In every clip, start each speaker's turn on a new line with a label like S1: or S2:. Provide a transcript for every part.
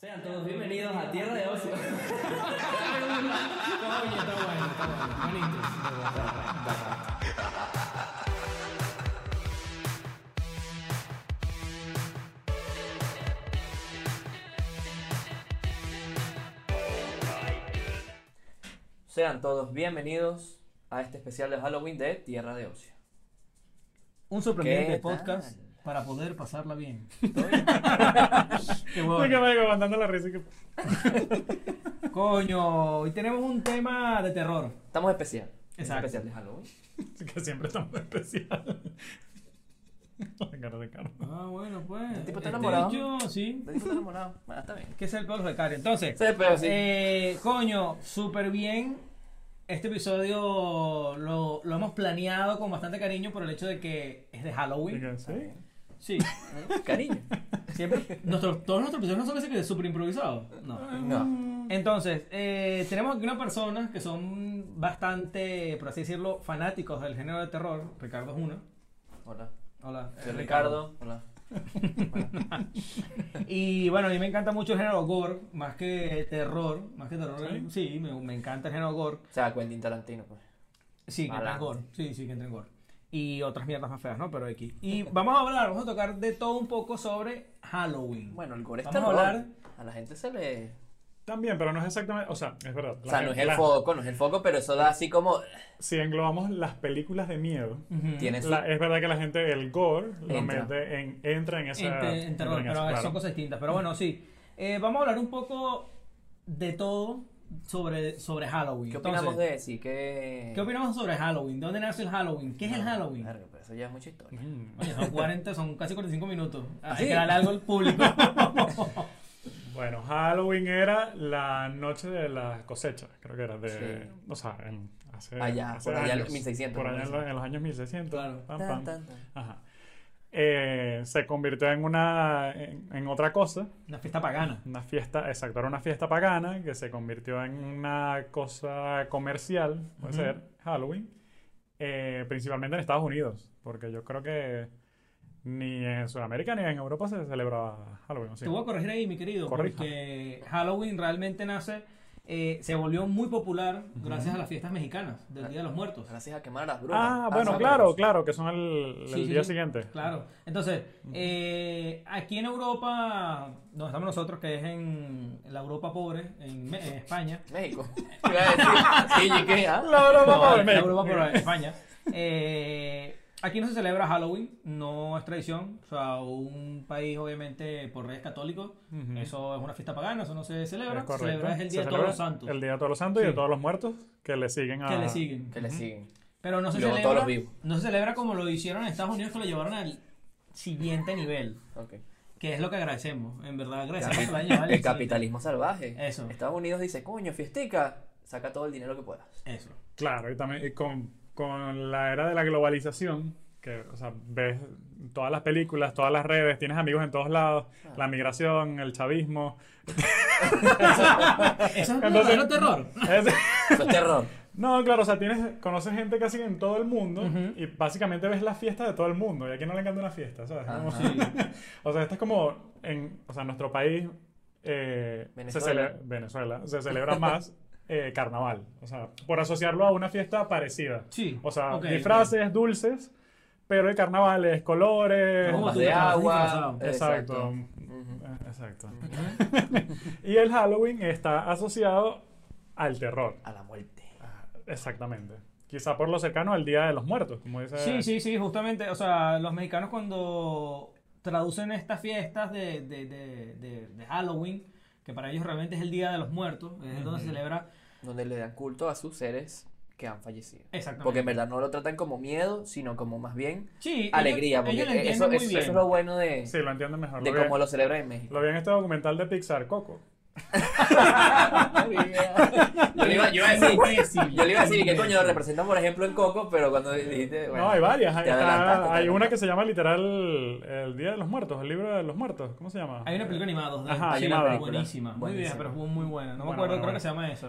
S1: Sean todos bienvenidos a Tierra de Ocio.
S2: Coño, está bueno, está bueno. Manitos. Está bueno, está bueno, está bueno.
S1: Sean todos bienvenidos a este especial de Halloween de Tierra de Ocio.
S2: Un sorprendente
S1: ¿Qué
S2: podcast
S1: tal?
S2: para poder pasarla bien. Qué
S3: Uy, que
S2: bueno.
S3: me aguantando la risa. que-
S2: Coño, hoy tenemos un tema de terror.
S1: Estamos especial.
S2: Exacto.
S1: Especial de Halloween.
S3: Que siempre estamos especial. La cara de Carlos.
S2: Ah, bueno, pues.
S1: El tipo está
S2: Este
S1: enamorado.
S2: bicho, sí.
S1: ¿Te dices enamorado? Bueno, está bien.
S2: Que es el peor becario. Entonces,
S1: Sí, pero sí.
S2: eh, coño, súper bien. Este episodio lo, lo hemos planeado con bastante cariño por el hecho de que es de Halloween.
S3: Diga, ¿sí?
S2: Sí.
S1: Cariño.
S2: Siempre. Nuestros, todos nuestros episodios no son ese que es súper improvisado. No.
S1: No.
S2: Entonces, eh, tenemos aquí unas personas que son bastante, por así decirlo, fanáticos del género de terror. Ricardo es uno.
S1: Hola.
S2: Hola.
S1: Soy Eh, Ricardo. Hola.
S2: Y bueno, a mí me encanta mucho el género gore, más que terror. Más que terror. Sí,
S3: ¿Sí?
S2: me, me encanta el género gore.
S1: O sea, Quentin Tarantino. Pues.
S2: Sí, que entra en
S1: Balance.
S2: gore. Sí, sí, que entra en gore. Y otras mierdas más feas, ¿no? Pero aquí. Y vamos a hablar, vamos a tocar de todo un poco sobre Halloween.
S1: Bueno, el gore está
S2: Vamos a hablar.
S1: A la gente se le...
S3: También, pero no es exactamente. O sea, es verdad.
S1: O sea,
S3: la-
S1: no es el
S3: la-
S1: foco, no es el foco, pero eso da así como...
S3: Si englobamos las películas de miedo,
S2: Ujú.
S1: Tiene su...
S3: la- eh, es verdad que la gente, el gore, lo
S1: Entra.
S3: mete en. Entra en esa.
S2: en, te- en terror,
S3: entra en
S2: pero
S3: esa, claro.
S2: son cosas distintas. Pero bueno, sí. Eh, vamos a hablar un poco de todo sobre, sobre Halloween.
S1: ¿Qué opinamos
S2: Entonces,
S1: de decir que...
S2: ¿Qué opinamos sobre Halloween? ¿De dónde nace el Halloween? ¿Qué es el
S1: No,
S2: Halloween?
S1: verga, pero eso ya es mucha historia.
S3: Mm,
S2: Oye, son 40, son casi 45 minutos.
S1: ¿Ah,
S2: Hay
S1: sí?
S2: que darle algo al público.
S3: Bueno, Halloween era la noche de las cosechas, creo que era de.
S1: Sí.
S3: O sea, en- hace.
S1: Allá,
S3: hace
S1: por allá en
S3: años.
S1: 1600,
S3: Por allá en,
S1: ¿no?
S3: lo- en los años 1600.
S2: Claro.
S3: Pam,
S1: Tan,
S3: pam.
S1: tan, tan.
S3: Ajá. Eh, se convirtió en una en, en otra cosa,
S2: Una fiesta pagana.
S3: una fiesta, exacto, era una fiesta pagana que se convirtió en una cosa comercial, puede
S2: Ujú.
S3: ser Halloween, eh, principalmente en Estados Unidos, porque yo creo que ni en Sudamérica ni en Europa se celebraba Halloween. ¿o sí?
S2: Te voy a corregir ahí, mi querido,
S3: Corrija.
S2: porque Halloween realmente nace, eh, se volvió muy popular gracias a las fiestas mexicanas del Día de los Muertos.
S1: Gracias a quemar a las brujas.
S3: Ah, bueno,
S1: ¿sabes?
S3: claro, claro, que son el, el
S2: pues. Sí, sí,
S3: día
S2: sí.
S3: siguiente.
S2: Claro. Entonces, eh, aquí en Europa, donde estamos nosotros, que es en la Europa pobre, en, Me- en España.
S1: México. Te iba a decir, sí, ¿y qué? Ah,
S3: La broma
S2: No,
S3: pobre,
S2: en
S3: México.
S2: Europa pobre, en España. eh, aquí no se celebra Halloween, no es tradición. O sea, un país, obviamente, por reyes católicos,
S3: Ujú.
S2: eso es una fiesta pagana, eso no se celebra.
S3: Es
S2: Se
S3: correcto.
S2: celebra es el
S3: Se
S2: Día de Todos
S3: celebra
S2: los Santos,
S3: El Día Ah. de Todos los Santos y de
S2: Sí.
S3: todos los muertos que le siguen a...
S2: que le siguen.
S1: Que le siguen.
S2: Pero no se,
S1: Y luego
S2: celebra,
S1: todos los vivos.
S2: no se celebra como lo hicieron en Estados Unidos, que lo llevaron al siguiente nivel.
S1: Ok.
S2: Que es lo que agradecemos, en verdad agradecemos
S1: Capi-
S2: el año, ¿vale?
S1: El capitalismo salvaje.
S2: Eso.
S1: Estados Unidos dice, coño, fiestica, saca todo el dinero que puedas.
S2: Eso.
S3: Claro, y también y con, con la era de la globalización, que o sea, ves todas las películas, todas las redes, tienes amigos en todos lados, la migración, el chavismo.
S2: Eso es
S3: Entonces-
S2: verdadero terror.
S3: Es-
S1: Eso es terror.
S3: no, claro, o sea, tienes, conoces gente casi en todo el mundo
S2: Ujú.
S3: y básicamente ves la fiesta de todo el mundo. Y aquí no le encanta una fiesta, ¿sabes?
S1: Ajá.
S3: Como- o sea, esto es como en o sea, nuestro país, eh, se
S1: Venezuela.
S3: cele- Venezuela, se celebra más eh, carnaval. O sea, por asociarlo a una fiesta parecida.
S2: Sí.
S3: O sea,
S2: ok,
S3: disfraces, dulces, pero el carnaval es colores.
S2: ¿Cómo
S1: Bombas
S2: tú
S1: de
S2: estás
S1: agua. eh,
S2: disfrazado?
S3: Exacto.
S1: Ujú.
S3: Eh, Exacto. y el Halloween está asociado al terror.
S1: A la muerte.
S3: Exactamente. Quizá por lo cercano al Día de los Muertos, como dice.
S2: ok.
S1: Eh,
S2: Sí, sí, sí, justamente. O sea, los mexicanos cuando traducen estas fiestas de, de- de- de- de Halloween, que para ellos realmente es el Día de los Muertos, es donde se celebra
S1: Donde le dan culto a sus seres que han fallecido.
S2: exactamente.
S1: Porque en verdad no lo tratan como miedo, sino como más bien
S2: sí, ellos-
S1: alegría.
S2: ellos lo
S1: Porque eso,
S2: entienden muy
S1: eso-
S2: bien.
S1: eso es lo bueno de,
S3: Sí, lo entiendo mejor.
S1: de
S3: lo, vi,
S1: cómo lo celebran en México.
S3: lo vi en este documental de Pixar, Coco.
S1: yo, le iba, yo iba a decir, yo le iba a decir que coño lo representan, por ejemplo, en Coco, pero cuando dijiste. bueno,
S3: no, hay varias. Hay,
S1: te adelantaste, te
S3: hay una
S1: adelantaste.
S3: que se llama literal El Día de los Muertos, el libro de los muertos. ¿Cómo se llama?
S2: Hay una película animada, dos de-
S3: Ajá,
S2: sí,
S3: animada.
S2: buenísima, muy
S1: Buenísima.
S2: vieja, pero fue muy buena. No me
S3: Bueno,
S2: acuerdo,
S3: bueno,
S2: creo
S3: bueno.
S2: que se llama eso.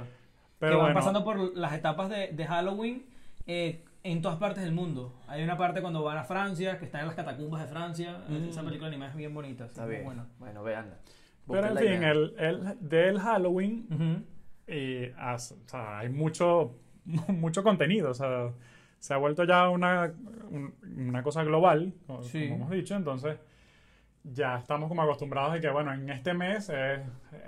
S3: Pero
S2: que van
S3: bueno.
S2: pasando por las etapas de, de Halloween eh, en todas partes del mundo. Hay una parte cuando van a Francia, que está en las catacumbas de Francia. Esa película animada es bien bonita.
S1: Mm.
S2: así
S1: Está
S2: que
S1: bien.
S2: Bueno.
S1: Bueno, veanla.
S3: Pero en
S1: Busca
S3: fin,
S1: la-
S3: el, el- del Halloween
S2: Ujú.
S3: eh, as- o sea, hay mucho, mucho contenido. O sea, se ha vuelto ya una, un- una cosa global, como,
S2: Sí.
S3: como hemos dicho. Entonces, ya estamos como acostumbrados de que, bueno, en este mes es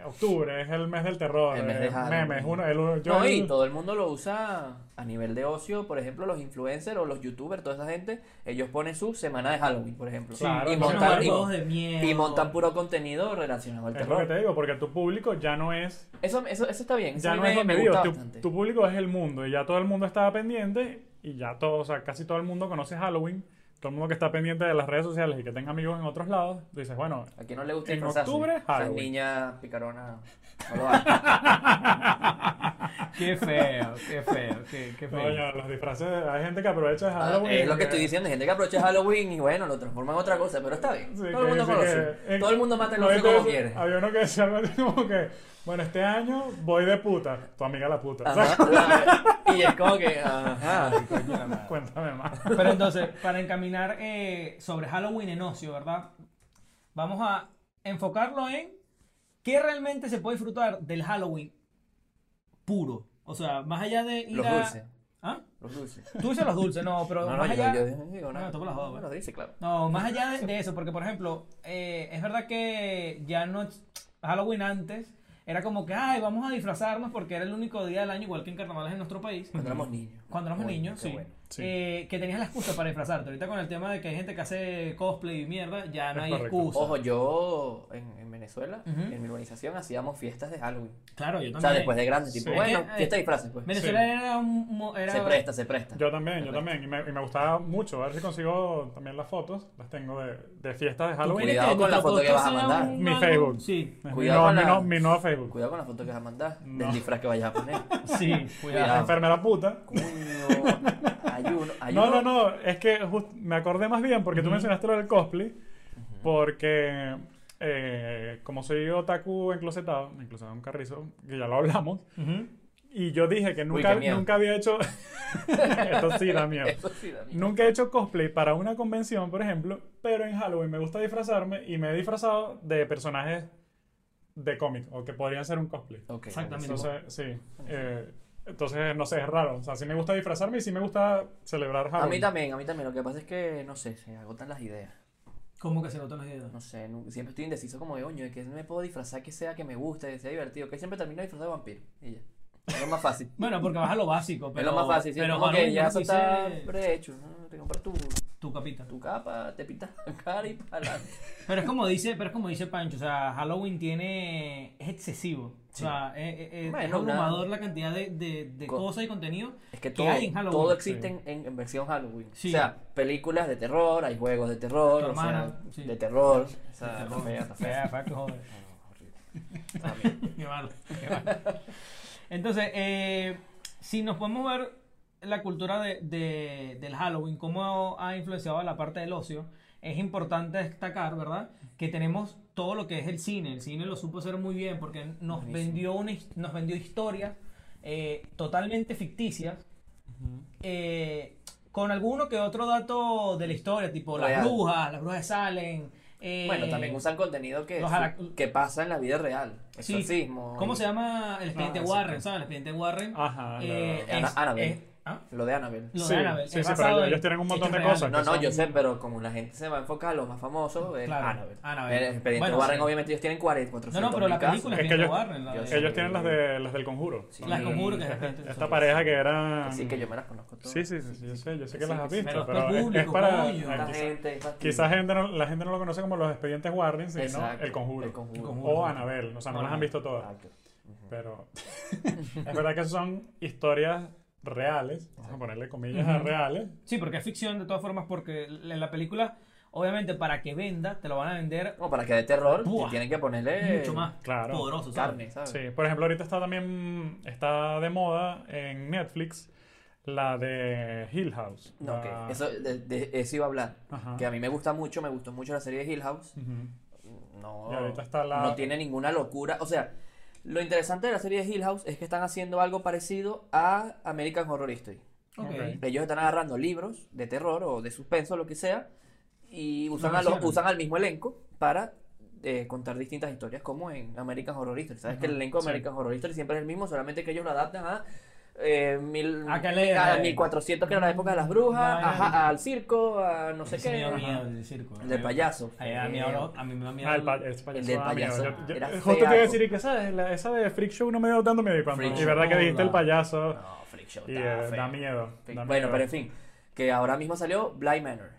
S3: octubre, es el mes del terror, eh,
S1: El mes de
S3: es
S1: Halloween.
S3: memes, uno- el- yo
S1: No, y
S3: el-
S1: todo el mundo lo usa a nivel de ocio, por ejemplo, los influencers o los youtubers, toda esa gente, ellos ponen su semana de Halloween, por ejemplo.
S3: Sí, Claro,
S1: y,
S2: Son
S3: no,
S1: montan,
S3: no,
S1: y-
S2: juegos de miedo.
S1: y montan puro contenido relacionado al
S3: es lo que te
S1: terror.
S3: digo, porque tu público ya no es
S1: Eso, eso, eso está bien, eso a
S3: ya
S1: mí
S3: no
S1: me,
S3: es
S1: me
S3: contenido,
S1: gusta
S3: tu,
S1: bastante.
S3: tu público es el mundo y ya todo el mundo está pendiente y ya todo, o sea, casi todo el mundo conoce Halloween, todo el mundo que está pendiente de las redes sociales y que tenga amigos en otros lados, tú dices, bueno,
S1: ¿A quién no le gusta
S3: En
S1: disfrazarse?
S3: octubre,
S1: Esas
S3: Halloween.
S1: niñas picaronas no lo hagan.
S2: Qué feo, qué feo, qué, qué feo.
S3: coño, los disfraces, hay gente que aprovecha el
S1: Ah,
S3: Halloween.
S1: es lo que estoy diciendo, hay gente que aprovecha Halloween y bueno, lo transforma en otra cosa, pero está bien.
S3: Sí,
S1: todo
S3: que
S1: el mundo
S3: dice
S1: conoce.
S3: que- eh,
S1: todo el mundo mata el
S3: no,
S1: ocio
S3: entonces,
S1: como quiere.
S3: Había uno que decía algo así como que, bueno, este año voy de puta, tu amiga la puta. O sea,
S1: Ajá, la- y es como que, ajá.
S3: cuéntame más.
S2: Pero entonces, para encaminar eh, sobre Halloween en ocio, ¿verdad? Vamos a enfocarlo en qué realmente se puede disfrutar del Halloween puro. O sea, más allá de ir
S1: Los
S2: a...
S1: dulces,
S2: ¿Ah?
S1: los dulces.
S2: Tú dices los dulces, no, pero
S1: No, no,
S2: más
S1: yo,
S2: allá...
S1: yo digo
S2: No,
S1: nada.
S2: tomo las dos, pues.
S1: No, dice, claro.
S2: No, más allá de, de eso, porque por ejemplo, eh, es verdad que ya no es- Halloween antes era como que, ay, vamos a disfrazarnos porque era el único día del año, igual que en carnavales en nuestro país.
S1: Cuando éramos niños.
S2: Cuando éramos
S1: Coño,
S2: niños,
S1: qué
S2: sí.
S1: bueno.
S3: Sí.
S2: Eh, que tenías la excusa para disfrazarte. Ahorita con el tema de que hay gente que hace cosplay y mierda, ya no
S3: Es
S2: hay
S3: correcto.
S2: excusa.
S1: Ojo, yo en, en Venezuela,
S2: Ujú.
S1: en mi urbanización, hacíamos fiestas de Halloween.
S2: Claro, yo también.
S1: O sea, después de grandes, tipo,
S3: Sí.
S1: bueno,
S2: Es que, eh,
S1: fiesta de disfraces, pues.
S2: Venezuela
S3: Sí.
S2: era un... mo- Era...
S1: Se presta, se presta.
S3: Yo también, yo
S1: Perfecto.
S3: también. Y me, y me gustaba mucho. A ver si consigo también las fotos. Las tengo de, de fiestas de
S2: ¿Tú
S3: Halloween.
S2: quieres
S1: Cuidado con la
S2: nuestro
S1: foto que
S2: podcast
S1: vas a
S2: sea
S1: mandar.
S2: un
S3: Mi
S2: álbum?
S3: Facebook.
S2: Sí.
S3: Es mi,
S1: Cuidado
S3: nuevo-
S1: con
S3: mi
S1: la-
S3: nuevo- mi nuevo Facebook.
S1: Cuidado con la foto que vas a mandar
S3: No.
S1: del disfraz que vayas a poner.
S2: Sí,
S3: La
S2: cuidado.
S3: enfermera puta.
S1: Coño, hay uno, hay
S3: No,
S1: uno-
S3: no, no. Es que just- me acordé más bien porque tú mencionaste lo del cosplay. Porque eh, como soy otaku enclosetado, me enclosetado en un carrizo, que ya lo hablamos.
S2: Ujú.
S3: Y yo dije que
S1: qué
S3: nunca,
S1: miedo.
S3: nunca había hecho. Esto sí da miedo.
S1: Eso sí, Dani.
S3: Nunca he hecho cosplay para una convención, por ejemplo, pero en Halloween me gusta disfrazarme y me he disfrazado de personajes de cómic o que podrían ser un cosplay.
S1: Ok,
S2: Exactamente.
S3: Entonces, sí. eh, entonces, no sé, es raro. O sea, sí me gusta disfrazarme y sí me gusta celebrar
S1: A
S3: Halloween.
S1: mí también, a mí también. Lo que pasa es que, no sé, se agotan las ideas.
S2: ¿Cómo que se notan los dedos?
S1: No sé, nu- siempre estoy indeciso como de, oño, de que me puedo disfrazar que sea que me guste, que sea divertido. Que siempre termino disfrazado de vampiro. Y ya. Es lo más fácil.
S2: Bueno, porque vas a lo básico. Pero,
S1: es lo más fácil, sí.
S2: Pero
S1: como que
S2: Halloween
S1: ya
S2: no
S1: eso
S2: dice
S1: está prehecho. ¿no? Te compras tu,
S2: Tu capita.
S1: tu capa, te pintas la cara y para adelante.
S2: Pero es como dice, pero es como dice Pancho, o sea, Halloween tiene es excesivo. O sea, es, es- es
S1: Bueno, una-
S2: abrumador la cantidad de, de- de
S1: Co-
S2: cosas y contenido.
S1: Es que
S2: ¿Qué
S1: todo,
S2: hay en Halloween?
S1: todo existe en- en, en versión Halloween.
S2: Sí.
S1: O sea, películas de terror, hay juegos de terror,
S2: Tu
S1: o sea,
S2: hermana, sí.
S1: de terror. O sea, está fea, está fea.
S2: Fea, fea, que joder.
S1: Está bien.
S2: Qué malo, qué malo. Entonces, eh, si nos podemos ver la cultura de, de- del Halloween, cómo ha influenciado la parte del ocio, es importante destacar, ¿verdad? Que tenemos todo lo que es el cine. El cine lo supo hacer muy bien porque nos
S1: Buenísimo.
S2: vendió una, his- nos vendió historias eh, totalmente ficticias. eh, con alguno que otro dato de la historia, tipo
S1: Real.
S2: las brujas, las brujas salen. eh,
S1: Bueno, también usan contenido que,
S2: los jalac-
S1: que pasa en la vida real.
S2: Sí.
S1: Exorcismo.
S2: ¿Cómo se llama el expediente
S3: Ah, sí,
S2: Warren?
S3: sí.
S2: ¿Sabes? El expediente Warren.
S3: Ajá.
S2: Eh,
S1: Ana-
S2: es-
S1: Annabelle.
S2: es- ¿ah?
S1: Lo de Annabelle.
S2: Lo
S3: Sí,
S2: de Annabelle.
S3: sí,
S2: es
S3: sí, pero
S2: basado
S3: ellos-
S2: en
S3: ellos tienen un
S2: hechos
S3: montón de
S2: reales.
S3: cosas.
S1: No, no,
S3: son-
S1: yo sé, pero como la gente se va a enfocar a los más famosos, eh, es
S2: Claro,
S1: Annabelle.
S2: Annabelle.
S1: El expediente
S2: Bueno,
S1: Warren,
S2: sí.
S1: obviamente, ellos tienen 40,
S2: No,
S1: 400
S2: no, pero la película
S3: Es
S2: es
S3: que
S2: de
S3: ellos-
S2: Warren. La
S1: yo
S2: de-
S1: sé.
S3: Ellos tienen las, de, las del conjuro.
S1: Sí.
S2: Las
S1: Mm,
S2: conjuro que
S3: Esta,
S2: es-
S3: esta pareja que era.
S1: Sí, que yo me las conozco todas.
S3: Sí, sí, sí, sí, yo sé, yo sé que
S1: Sí,
S3: las
S1: sí,
S3: has
S1: sí.
S2: Pero
S3: visto, pero,
S2: es para
S3: es,
S2: público,
S3: es para...
S2: coño.
S3: eh,
S1: Esta
S3: quizá-
S1: gente, esta
S3: Quizás gente no- la gente no lo conoce como los expedientes Warren, sino
S1: Exacto,
S3: el conjuro.
S1: El conjuro. Ah,
S2: El conjuro.
S3: O Anabel, o sea, no las han visto todas.
S1: Exacto.
S3: Pero es verdad que son historias reales, vamos a ponerle comillas a
S2: Ujú.
S3: reales.
S2: Sí, porque es ficción de todas formas, porque en la película, obviamente, para que venda, te lo van a vender
S1: No, para que dé terror,
S2: Buah.
S1: te tienen que ponerle
S2: mucho más
S3: claro.
S2: poderoso. ¿sabes?
S1: carne, ¿sabes?
S3: Sí, por ejemplo, ahorita está también está de moda en Netflix la de Hill House.
S1: No, que
S3: La-
S1: eso, de, de eso iba a hablar.
S2: Ah.
S3: Ajá.
S1: Que a mí me gusta mucho, me gustó mucho la serie de Hill House.
S3: Ujú.
S1: No,
S3: Y ahorita está la-
S1: no tiene ninguna locura. O sea, lo interesante de la serie de Hill House es que están haciendo algo parecido a American Horror Story.
S2: Ok.
S3: Ok.
S1: Ellos están agarrando libros de terror o de suspenso, lo que sea, y usan,
S2: Lo
S1: a los-
S2: fusionan.
S1: usan al mismo elenco para eh, contar distintas historias como en American Horror Story. Sabes que el
S3: Ujú,
S1: elenco de
S3: sí.
S1: American Horror Story siempre es el mismo, solamente que ellos lo adaptan a eh, mil,
S2: A que le-
S1: a 1400 que era la época de las brujas,
S2: Vaina.
S1: ajá, al circo, a no sé
S2: Ese me
S1: qué.
S2: dio
S1: ajá.
S2: miedo el circo.
S1: El del payaso. Eh,
S2: A mí me da miedo lo- a mí me da miedo
S3: Ah, el,
S2: lo-
S3: pa- ese
S1: el del
S3: daba miedo.
S1: payaso
S3: Yo- yo-
S1: era
S3: justo te iba a
S1: feaco.
S3: decir que esa, la- esa de Freak Show no me dio tanto miedo. Y cuando,
S1: Freak
S3: y
S1: Show,
S3: verdad que
S2: no,
S3: dijiste
S2: la-
S3: el payaso.
S1: No, Freak Show.
S3: y
S1: está
S3: eh,
S1: feo.
S3: da miedo.
S1: Freak-
S3: da
S1: Bueno,
S3: miedo.
S1: pero en fin, que ahora mismo salió Bly Manor,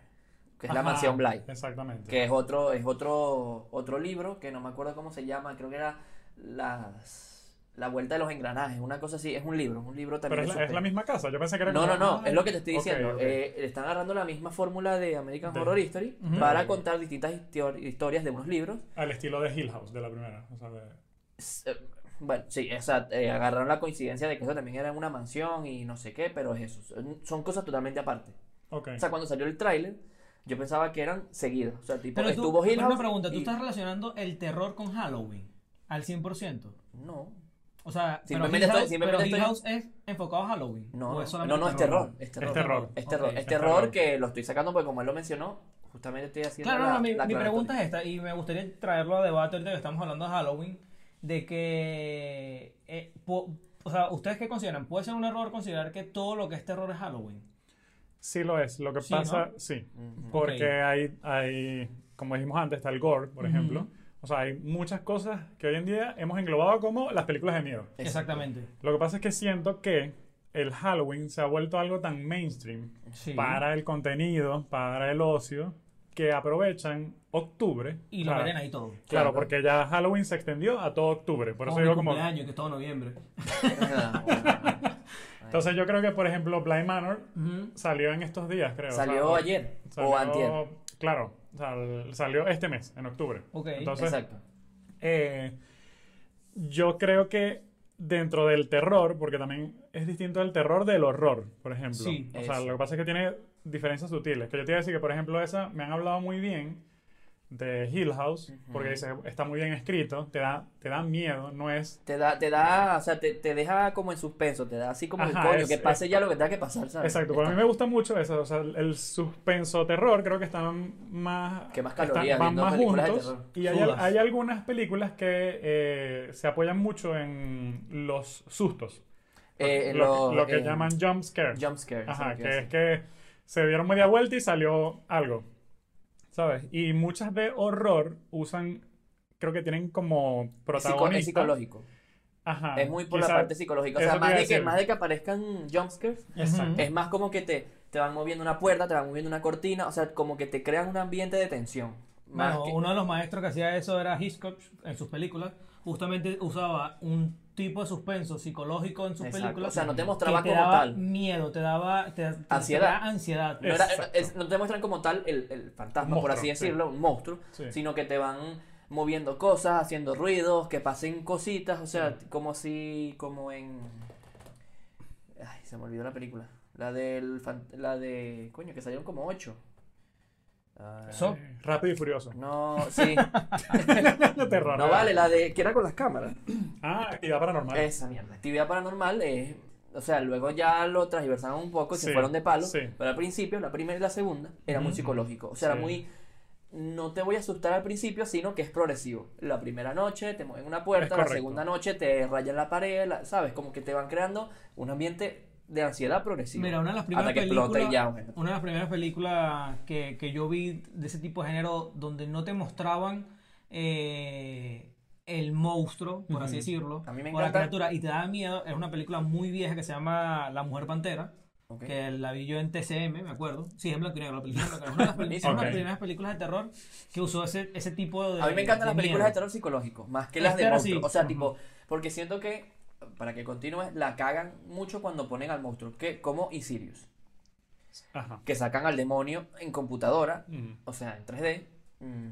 S1: que es la
S3: Ajá,
S1: mansión Bly.
S3: Exactamente.
S1: que es otro es otro otro libro que no me acuerdo cómo se llama creo que era las la vuelta de los engranajes una cosa así es un libro un libro
S3: Pero
S1: también
S3: es
S1: de
S3: la, es la
S1: suspenso.
S3: misma casa. Yo pensé que era
S1: no no
S3: como-
S1: no
S3: ah,
S1: es lo que te estoy
S3: ok,
S1: diciendo
S3: ok.
S1: Eh, le están agarrando la misma fórmula de American
S3: De-
S1: Horror History
S2: Ujú.
S1: para contar distintas histo- historias de unos libros
S3: Al estilo de Hill House, de la primera. O sea, de-
S1: S- eh, bueno sí exacto eh, agarraron la coincidencia de que eso también era una mansión y no sé qué pero es eso son- son cosas totalmente aparte
S3: ok.
S1: o sea cuando salió el tráiler yo pensaba que eran seguidos o sea tipo
S2: Pero tú,
S1: estuvo Hill
S2: una
S1: House
S2: pregunta, ¿tú
S1: y-
S2: estás relacionando el terror con Halloween al 100%?
S1: no
S2: O sea, pero
S1: Simplemente
S2: Hill House,
S1: estoy- simplemente
S2: pero Hill
S1: estoy-
S2: House es enfocado a Halloween.
S1: No,
S2: ¿o
S1: no,
S2: es
S1: no,
S2: solamente
S1: no, es terror, es terror.
S3: Es terror.
S1: Es terror,
S2: Ok,
S1: es
S3: es
S1: terror
S3: terror.
S1: que lo estoy sacando porque como él lo mencionó, justamente estoy haciendo
S2: Claro,
S1: la,
S2: no, mi,
S1: la
S2: mi
S1: aclaratoria.
S2: pregunta es esta, y me gustaría traerlo a debate ahorita que estamos hablando de Halloween, de que, eh, po- o sea, ¿ustedes qué consideran? ¿Puede ser un error considerar que todo lo que es terror es Halloween?
S3: Sí lo es. Lo que
S2: Sí,
S3: pasa,
S2: ¿no?
S3: sí.
S1: Ujú.
S3: Porque
S2: Ok.
S3: hay, hay, como dijimos antes, está el gore, por
S2: Ujú.
S3: ejemplo. O sea, hay muchas cosas que hoy en día hemos englobado como las películas de miedo.
S2: Exactamente.
S3: Lo que pasa es que siento que el Halloween se ha vuelto algo tan mainstream
S2: Sí.
S3: para el contenido, para el ocio, que aprovechan octubre.
S2: Y lo
S3: claro,
S2: meten ahí todo.
S3: Claro,
S1: Claro.
S3: porque ya Halloween se extendió a todo octubre. Por eso
S2: Como
S3: digo
S2: mi
S3: como...
S2: cumpleaños, que es todo noviembre.
S1: Ah, bueno.
S3: Entonces yo creo que, por ejemplo, Blind Manor
S2: Ujú.
S3: salió en estos días, creo. o sea,
S1: Salió ayer
S3: salió-
S1: o antier.
S3: Claro, sal- salió este mes, en octubre.
S2: Ok.
S3: Entonces,
S1: Exacto.
S3: Eh, yo creo que dentro del terror, porque también es distinto del terror del horror, por ejemplo.
S2: Sí,
S3: o sea,
S1: eso.
S3: lo que pasa es que tiene diferencias sutiles. Que yo te iba a decir que, por ejemplo, esa me han hablado muy bien de Hill House, porque dice, está muy bien escrito, te da, te da miedo, no es...
S1: Te da, te da, o sea, te, te deja como en suspenso, te da así como el
S3: Ajá,
S1: coño,
S3: es-
S1: que pase ya lo que tenga que pasar, ¿sabes?
S3: Exacto, pero a mí me gusta mucho eso, o sea, el suspenso terror creo que están más...
S1: Que más
S3: están-
S1: calorías,
S3: van
S1: viendo
S3: más
S1: películas de
S3: juntos.
S1: terror.
S3: Y hay,
S2: Sudas.
S3: hay algunas películas que eh, se apoyan mucho en los sustos.
S1: Eh, en
S3: lo,
S1: los,
S3: lo que
S1: eh,
S3: llaman jump scare.
S1: jump scare. eso
S3: Ajá,
S1: es lo
S3: que
S1: que
S3: es
S1: es.
S3: que se dieron media vuelta y salió algo. ¿Sabes? Y muchas de horror usan, creo que tienen como
S1: Es psico- es
S3: protagonista.
S1: psicológico.
S3: Ajá.
S1: es muy por la
S3: quizá-
S1: parte psicológica. O sea,
S3: eso te
S1: más
S3: iba a
S1: de, que,
S3: decir.
S1: más de que aparezcan jumpscares,
S3: Exacto.
S1: es más como que te, te van moviendo una puerta, te van moviendo una cortina, o sea, como que te crean un ambiente de tensión. Más
S2: Bueno,
S1: que-
S2: uno de los maestros que hacía eso era Hitchcock en sus películas. Justamente usaba un tipo de suspenso psicológico en sus
S1: Exacto,
S2: películas.
S1: o sea, no te
S2: que
S1: mostraba
S2: te
S1: como
S2: daba
S1: tal.
S2: miedo, te daba te- te- te
S1: Ansiedad.
S2: daba ansiedad.
S1: No, era-
S3: Exacto.
S1: es- no te muestran como tal el, el fantasma, por
S3: Monstruo,
S1: así
S3: sí.
S1: decirlo, un monstruo,
S3: Sí.
S1: sino que te van moviendo cosas, haciendo ruidos, que pasen cositas, o sea, como si, como en... Ay, se me olvidó la película. La del... fan- La de... Coño, que salieron como ocho. Ah,
S2: So-
S3: Eh, Rápido y furioso.
S1: No, sí.
S3: Terror.
S1: No vale, la de... Que era con las cámaras.
S3: Ah, actividad paranormal.
S1: Esa mierda. Actividad paranormal es. O sea, luego ya lo transversaron un poco, se
S3: Sí,
S1: fueron de palo.
S3: sí.
S1: Pero al principio, la primera y la segunda, era muy
S3: Ujú.
S1: psicológico. O sea, era
S3: Sí.
S1: muy. No te voy a asustar al principio, sino que es progresivo. La primera noche te mueven una puerta, la
S3: correcto.
S1: segunda noche te rayan la pared, la- ¿sabes? Como que te van creando un ambiente de ansiedad progresivo.
S2: Mira, una de las primeras
S1: Hasta que
S2: películas,
S1: explota y ya, bueno.
S2: una de las primeras películas que, que yo vi de ese tipo de género donde no te mostraban eh, el monstruo, por así
S3: Ujú.
S2: decirlo,
S1: A mí me
S2: o la
S1: encanta-
S2: criatura y te daba miedo, es una película muy vieja que se llama La Mujer Pantera.
S1: Ok.
S2: que la vi yo en TCM, me acuerdo. Sí, es en blanco y negro, la película en blanco y negro. Es una de las peli- es una de las
S3: Ok.
S2: primeras películas de terror que usó ese, ese tipo de.
S1: A mí me encantan las películas de terror psicológico, más que las de
S2: Este era
S1: monstruos.
S2: así.
S1: O sea,
S2: Ujú.
S1: tipo, porque siento que, para que continúe, la cagan mucho cuando ponen al monstruo, que como Insidious,
S3: Ajá.
S1: que sacan al demonio en computadora,
S3: Mm.
S1: o sea, en 3D. mm,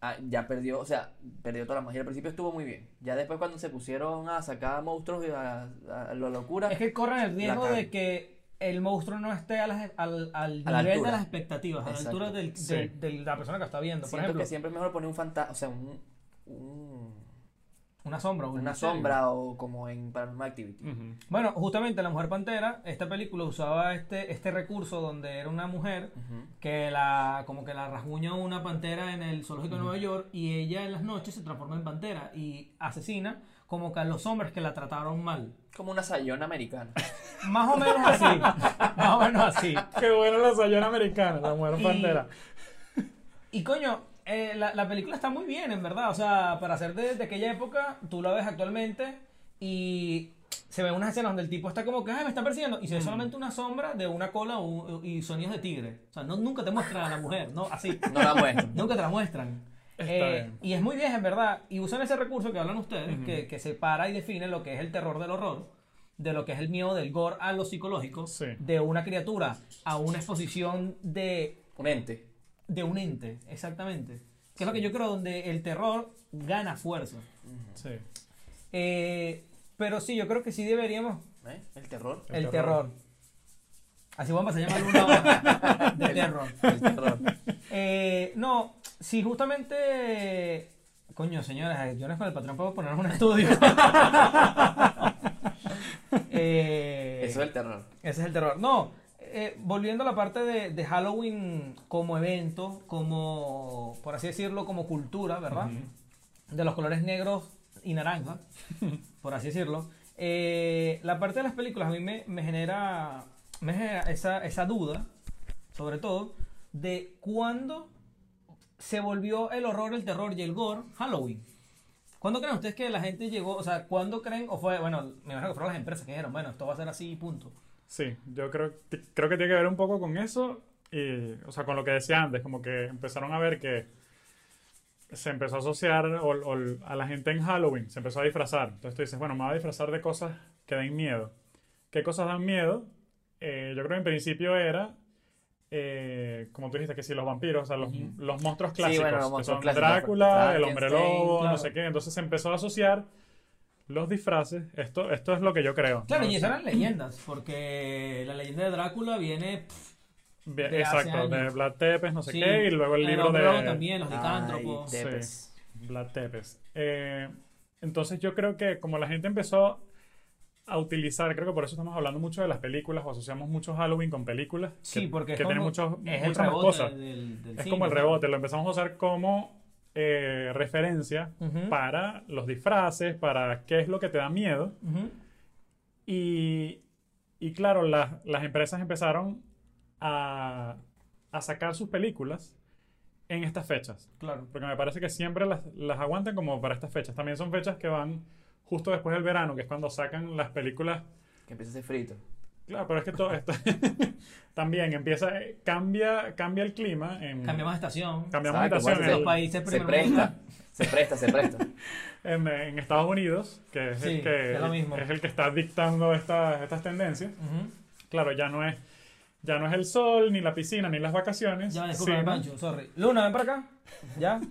S1: ah, ya perdió, o sea, perdió toda la magia. Al principio estuvo muy bien. Ya después cuando se pusieron a sacar monstruos y a, a la locura,
S2: Es que corren el riesgo
S1: cagan.
S2: de que el monstruo no esté a las- al, al
S1: A la
S2: nivel de
S1: altura.
S2: las expectativas, a la
S1: Exacto.
S2: altura del-
S3: Sí.
S2: del- de la persona que está viendo. Por
S1: siento
S2: ejemplo,
S1: que siempre es mejor poner un fantasma, o sea, un... un-
S2: una sombra. o un
S1: Una
S2: misterio.
S1: sombra o como en Paranormal Activity.
S3: Ujú.
S2: Bueno, justamente La Mujer Pantera, esta película usaba este, este recurso donde era una mujer
S1: Ujú.
S2: que la como que la rasguña una pantera en el zoológico de Nueva York y ella en las noches se transforma en pantera y asesina como que a los hombres que la trataron mal.
S1: Como una sayona americana.
S2: Más o menos así. más o menos así.
S3: Qué buena la sayona americana, la mujer
S2: Y-
S3: pantera.
S2: Y coño, eh, la, la película está muy bien, en verdad. O sea, para ser de, de aquella época, tú la ves actualmente y se ven unas escenas donde el tipo está como que, ay, me están persiguiendo. Y se ve solamente una sombra de una cola u- y sonidos de tigre. O sea, no, nunca te muestran a la mujer, ¿no? Así.
S1: No la muestro.
S2: Nunca te la muestran.
S3: Está
S2: Eh,
S3: bien.
S2: y es muy vieja, en verdad. Y usan ese recurso que hablan ustedes, que, que separa y define lo que es el terror del horror, de lo que es el miedo del gore a lo psicológico,
S3: Sí.
S2: de una criatura a una exposición de,
S1: Un ente.
S2: de un ente, exactamente. Que es lo que yo creo donde el terror gana fuerza.
S3: Sí.
S2: Eh, pero sí, yo creo que sí deberíamos
S1: ¿eh? El terror.
S3: El
S2: el, terror.
S3: terror.
S2: Así vamos a llamar una hora de terror.
S1: El terror.
S2: Eh, no, si justamente. Coño, eh, señores, gestiones con el patrón puedo poner un estudio. Eh,
S1: Eso es el terror.
S2: Ese es el terror. No, eh, volviendo a la parte de, de Halloween como evento, como, por así decirlo, como cultura, ¿verdad? De los colores negros y naranja, por así decirlo. Eh, la parte de las películas a mí me, me genera, me genera esa, esa duda, sobre todo, de cuándo se volvió el horror, el terror y el gore Halloween. ¿Cuándo creen ustedes que la gente llegó? O sea, ¿cuándo creen? O fue, bueno, me imagino que fueron las empresas que dijeron, bueno, esto va a ser así y punto.
S3: Sí, yo creo, t- creo que tiene que ver un poco con eso y, o sea, con lo que decía antes, como que empezaron a ver que se empezó a asociar o- o a la gente en Halloween, se empezó a disfrazar. Entonces tú dices, bueno, me voy a disfrazar de cosas que den miedo. ¿Qué cosas dan miedo? Eh, yo creo que en principio era, eh, como tú dijiste, que sí, los vampiros, o sea, los, los monstruos
S1: Sí, bueno, los
S3: clásicos, que
S1: monstruos
S3: son
S1: clásicos, pues,
S3: Drácula, el hombre
S1: Frankenstein,
S3: lobo,
S2: claro.
S3: no sé qué. Entonces se empezó a asociar los disfraces, esto, esto es lo que yo creo.
S2: Claro,
S3: ¿no?
S2: y esas eran leyendas, porque la leyenda de Drácula viene pff,
S3: Bien,
S2: de hace
S3: exacto, de
S2: años.
S3: Vlad Tepes, no sé
S2: sí,
S3: qué, y luego el libro
S2: hombre
S3: de
S2: lobo también, los
S1: Ay, pues,
S2: licántropos.
S3: de-
S1: tepes.
S3: Vlad Tepes. Eh, entonces yo creo que como la gente empezó a utilizar, creo que por eso estamos hablando mucho de las películas, o asociamos mucho Halloween con películas,
S2: sí,
S3: que,
S2: porque
S3: que
S2: es
S3: tienen
S2: como-
S3: muchos,
S2: es el
S3: muchas más
S2: rebote
S3: cosas.
S2: del, del
S3: es
S2: cine,
S3: como el
S2: ¿no?
S3: rebote, lo empezamos a usar como eh, referencia
S2: Ujú.
S3: para los disfraces, para qué es lo que te da miedo.
S2: Ujú.
S3: Y, y claro, las, las empresas empezaron a, a sacar sus películas en estas fechas.
S2: Claro.
S3: Porque me parece que siempre las, las aguantan como para estas fechas. También son fechas que van justo después del verano, que es cuando sacan las películas.
S1: Que empieza a ser frito.
S3: Claro, pero es que todo esto también empieza, eh, cambia, cambia el clima. En,
S2: Cambiamos de estación.
S3: cambiamos de
S1: Exacto, puede
S3: estación.
S1: ser.
S3: En,
S2: Los
S1: Se
S2: países primer
S1: presta,
S2: mundo.
S1: se presta, se presta.
S3: en- en Estados Unidos, que es,
S2: Sí,
S3: el que,
S2: es lo mismo.
S3: es el que está dictando estas- estas tendencias.
S2: Ujú.
S3: Claro, ya no es, ya no es el sol, ni la piscina, ni las vacaciones.
S2: Ya, disculpa,
S3: sino-
S2: Pancho, sorry. Luna, ven para acá. ¿Ya?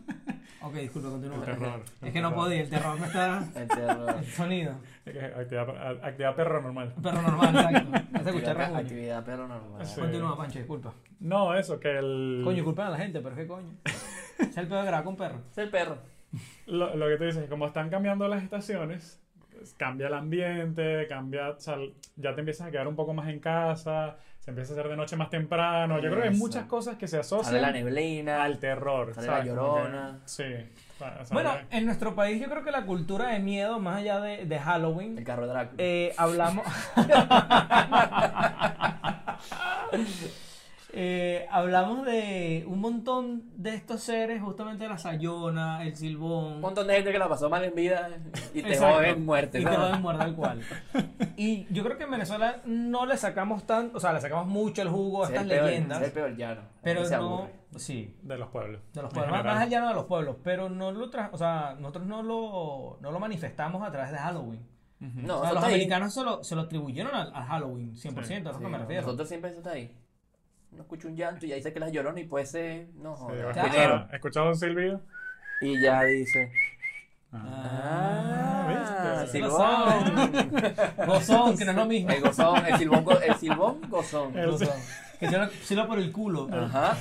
S2: Ok, disculpa,
S3: El
S2: continúa.
S3: terror.
S2: Es que no podía, el terror no está.
S1: El terror.
S2: El sonido.
S3: Es que Actividad, actividad perro normal.
S2: Pero normal, exacto. Es escuchar
S1: Actividad,
S2: rasguño.
S1: actividad pero normal.
S3: Sí.
S2: Continúa, Pancho, disculpa.
S3: No, eso, que el.
S2: Coño, culpan a la gente, pero qué coño. Es el peor de grabar con perro.
S1: Es el perro.
S3: Lo, lo que tú dices, como están cambiando las estaciones, pues, cambia el ambiente, cambia. o sea, ya te empiezas a quedar un poco más en casa, se empieza a hacer de noche más temprano. Yo creo que hay
S1: Eso.
S3: muchas cosas que se
S1: Sale
S3: asocian
S1: la neblina.
S3: al terror.
S1: Sale la
S3: ¿sabes? Como que-
S1: llorona.
S3: sí. o sea, sale-
S2: Bueno, en nuestro país yo creo que la cultura de miedo, más allá de, de
S1: El
S2: Halloween,
S1: carro de Drácula.
S2: eh, hablamos... Eh, hablamos de un montón de estos seres, justamente la Sayona, el
S1: un
S2: Silbón,
S1: montón de gente que la pasó mal en vida y te
S2: Exacto.
S1: joden muerte.
S2: Y te
S1: ¿sabes?
S2: joden muerte al cual. Y yo creo que en Venezuela no le sacamos tan, o sea, le sacamos mucho el jugo a
S1: Ese es
S2: estas
S1: el peor,
S2: leyendas,
S1: ese es el peor llano. La
S2: pero
S1: gente se
S2: no,
S1: aburre.
S2: sí,
S3: de los pueblos.
S2: De los
S3: en
S2: pueblos, más-
S3: general.
S2: más allá no de los pueblos, pero no lo tra- o sea, nosotros no lo, no lo manifestamos a través de Halloween.
S1: No,
S2: O
S1: eso
S2: sea, los
S1: está ahí.
S2: americanos se lo, se lo atribuyeron al, al Halloween, 100%, a eso
S1: Sí,
S2: que me refiero.
S1: Nosotros siempre eso está ahí. Uno escucha un llanto y ya dice que las llorona y puede ser. No,
S3: Sí,
S1: joder.
S2: Claro.
S3: ¿Escuchado, escuchado un silbido?
S1: Y ya dice.
S2: Ah,
S1: Ah,
S3: ¿viste?
S1: silbón.
S2: Gozón, que no es lo mismo.
S1: El gozón, el silbón, go- el silbón gozón.
S3: El-
S2: Gozón. Que se lo, se lo por el culo.
S1: Ajá.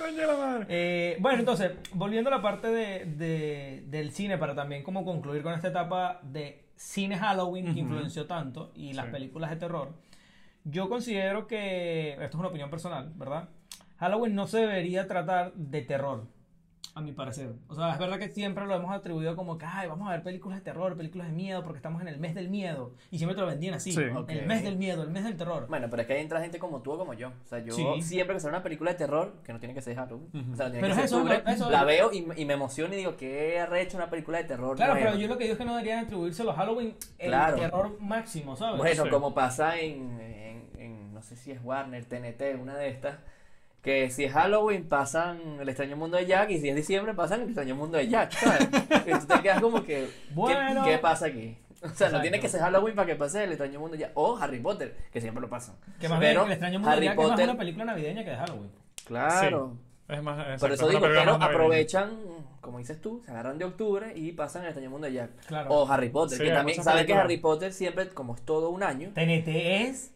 S3: coño de la madre.
S2: Eh, bueno, entonces, volviendo a la parte de, de- del cine, para también como concluir con esta etapa de cine Halloween que
S3: Ujú.
S2: influenció tanto y las
S3: Sí.
S2: películas de terror, yo considero que, esto es una opinión personal, ¿verdad? Halloween no se debería tratar de terror, a mi parecer. O sea, es verdad que siempre lo hemos atribuido como que, ay, vamos a ver películas de terror, películas de miedo, porque estamos en el mes del miedo. Y siempre te lo vendían así.
S3: Sí.
S1: Ok.
S2: El mes del miedo, el mes del terror.
S1: Bueno, pero es que ahí entra gente como tú o como yo. O sea, yo
S2: Sí.
S1: siempre que sale una película de terror, que no tiene que ser Halloween,
S3: Ujú.
S1: o sea, no tiene
S2: Pero
S1: que ser
S2: eso,
S1: octubre,
S2: lo- eso-
S1: la veo y, me- y me emociono y digo, qué arrecho una película de terror
S2: Claro,
S1: nueva.
S2: pero yo lo que digo es que no deberían atribuirse los Halloween el
S1: Claro.
S2: terror máximo, ¿sabes?
S1: Bueno,
S3: Sí.
S1: como pasa en, en- en, no sé si es Warner, TNT, una de estas, que si es Halloween pasan El extraño mundo de Jack y si es diciembre pasan El extraño mundo de Jack, ¿sabes? y tú te quedas como que, ¿qué-
S2: Bueno.
S1: ¿qué, pasa aquí? O sea, no
S2: Exacto.
S1: tiene que ser Halloween para que pase El extraño mundo de Jack o Harry Potter, que siempre lo pasan.
S2: que más
S1: pero
S2: bien el extraño mundo de
S1: Harry
S2: Jack es más
S1: Potter-
S2: una película navideña que de Halloween.
S1: Claro.
S3: Es más, exacto,
S1: Por eso
S3: es una
S1: digo,
S3: película
S1: pero
S3: más navideña.
S1: aprovechan, como dices tú, se agarran de octubre y pasan el extraño mundo de Jack.
S2: Claro.
S1: O Harry Potter,
S3: Sí,
S1: que
S3: hay
S1: también
S3: muchas
S1: sabes que
S3: películas.
S1: Harry Potter siempre, como es todo un año,
S2: TNT es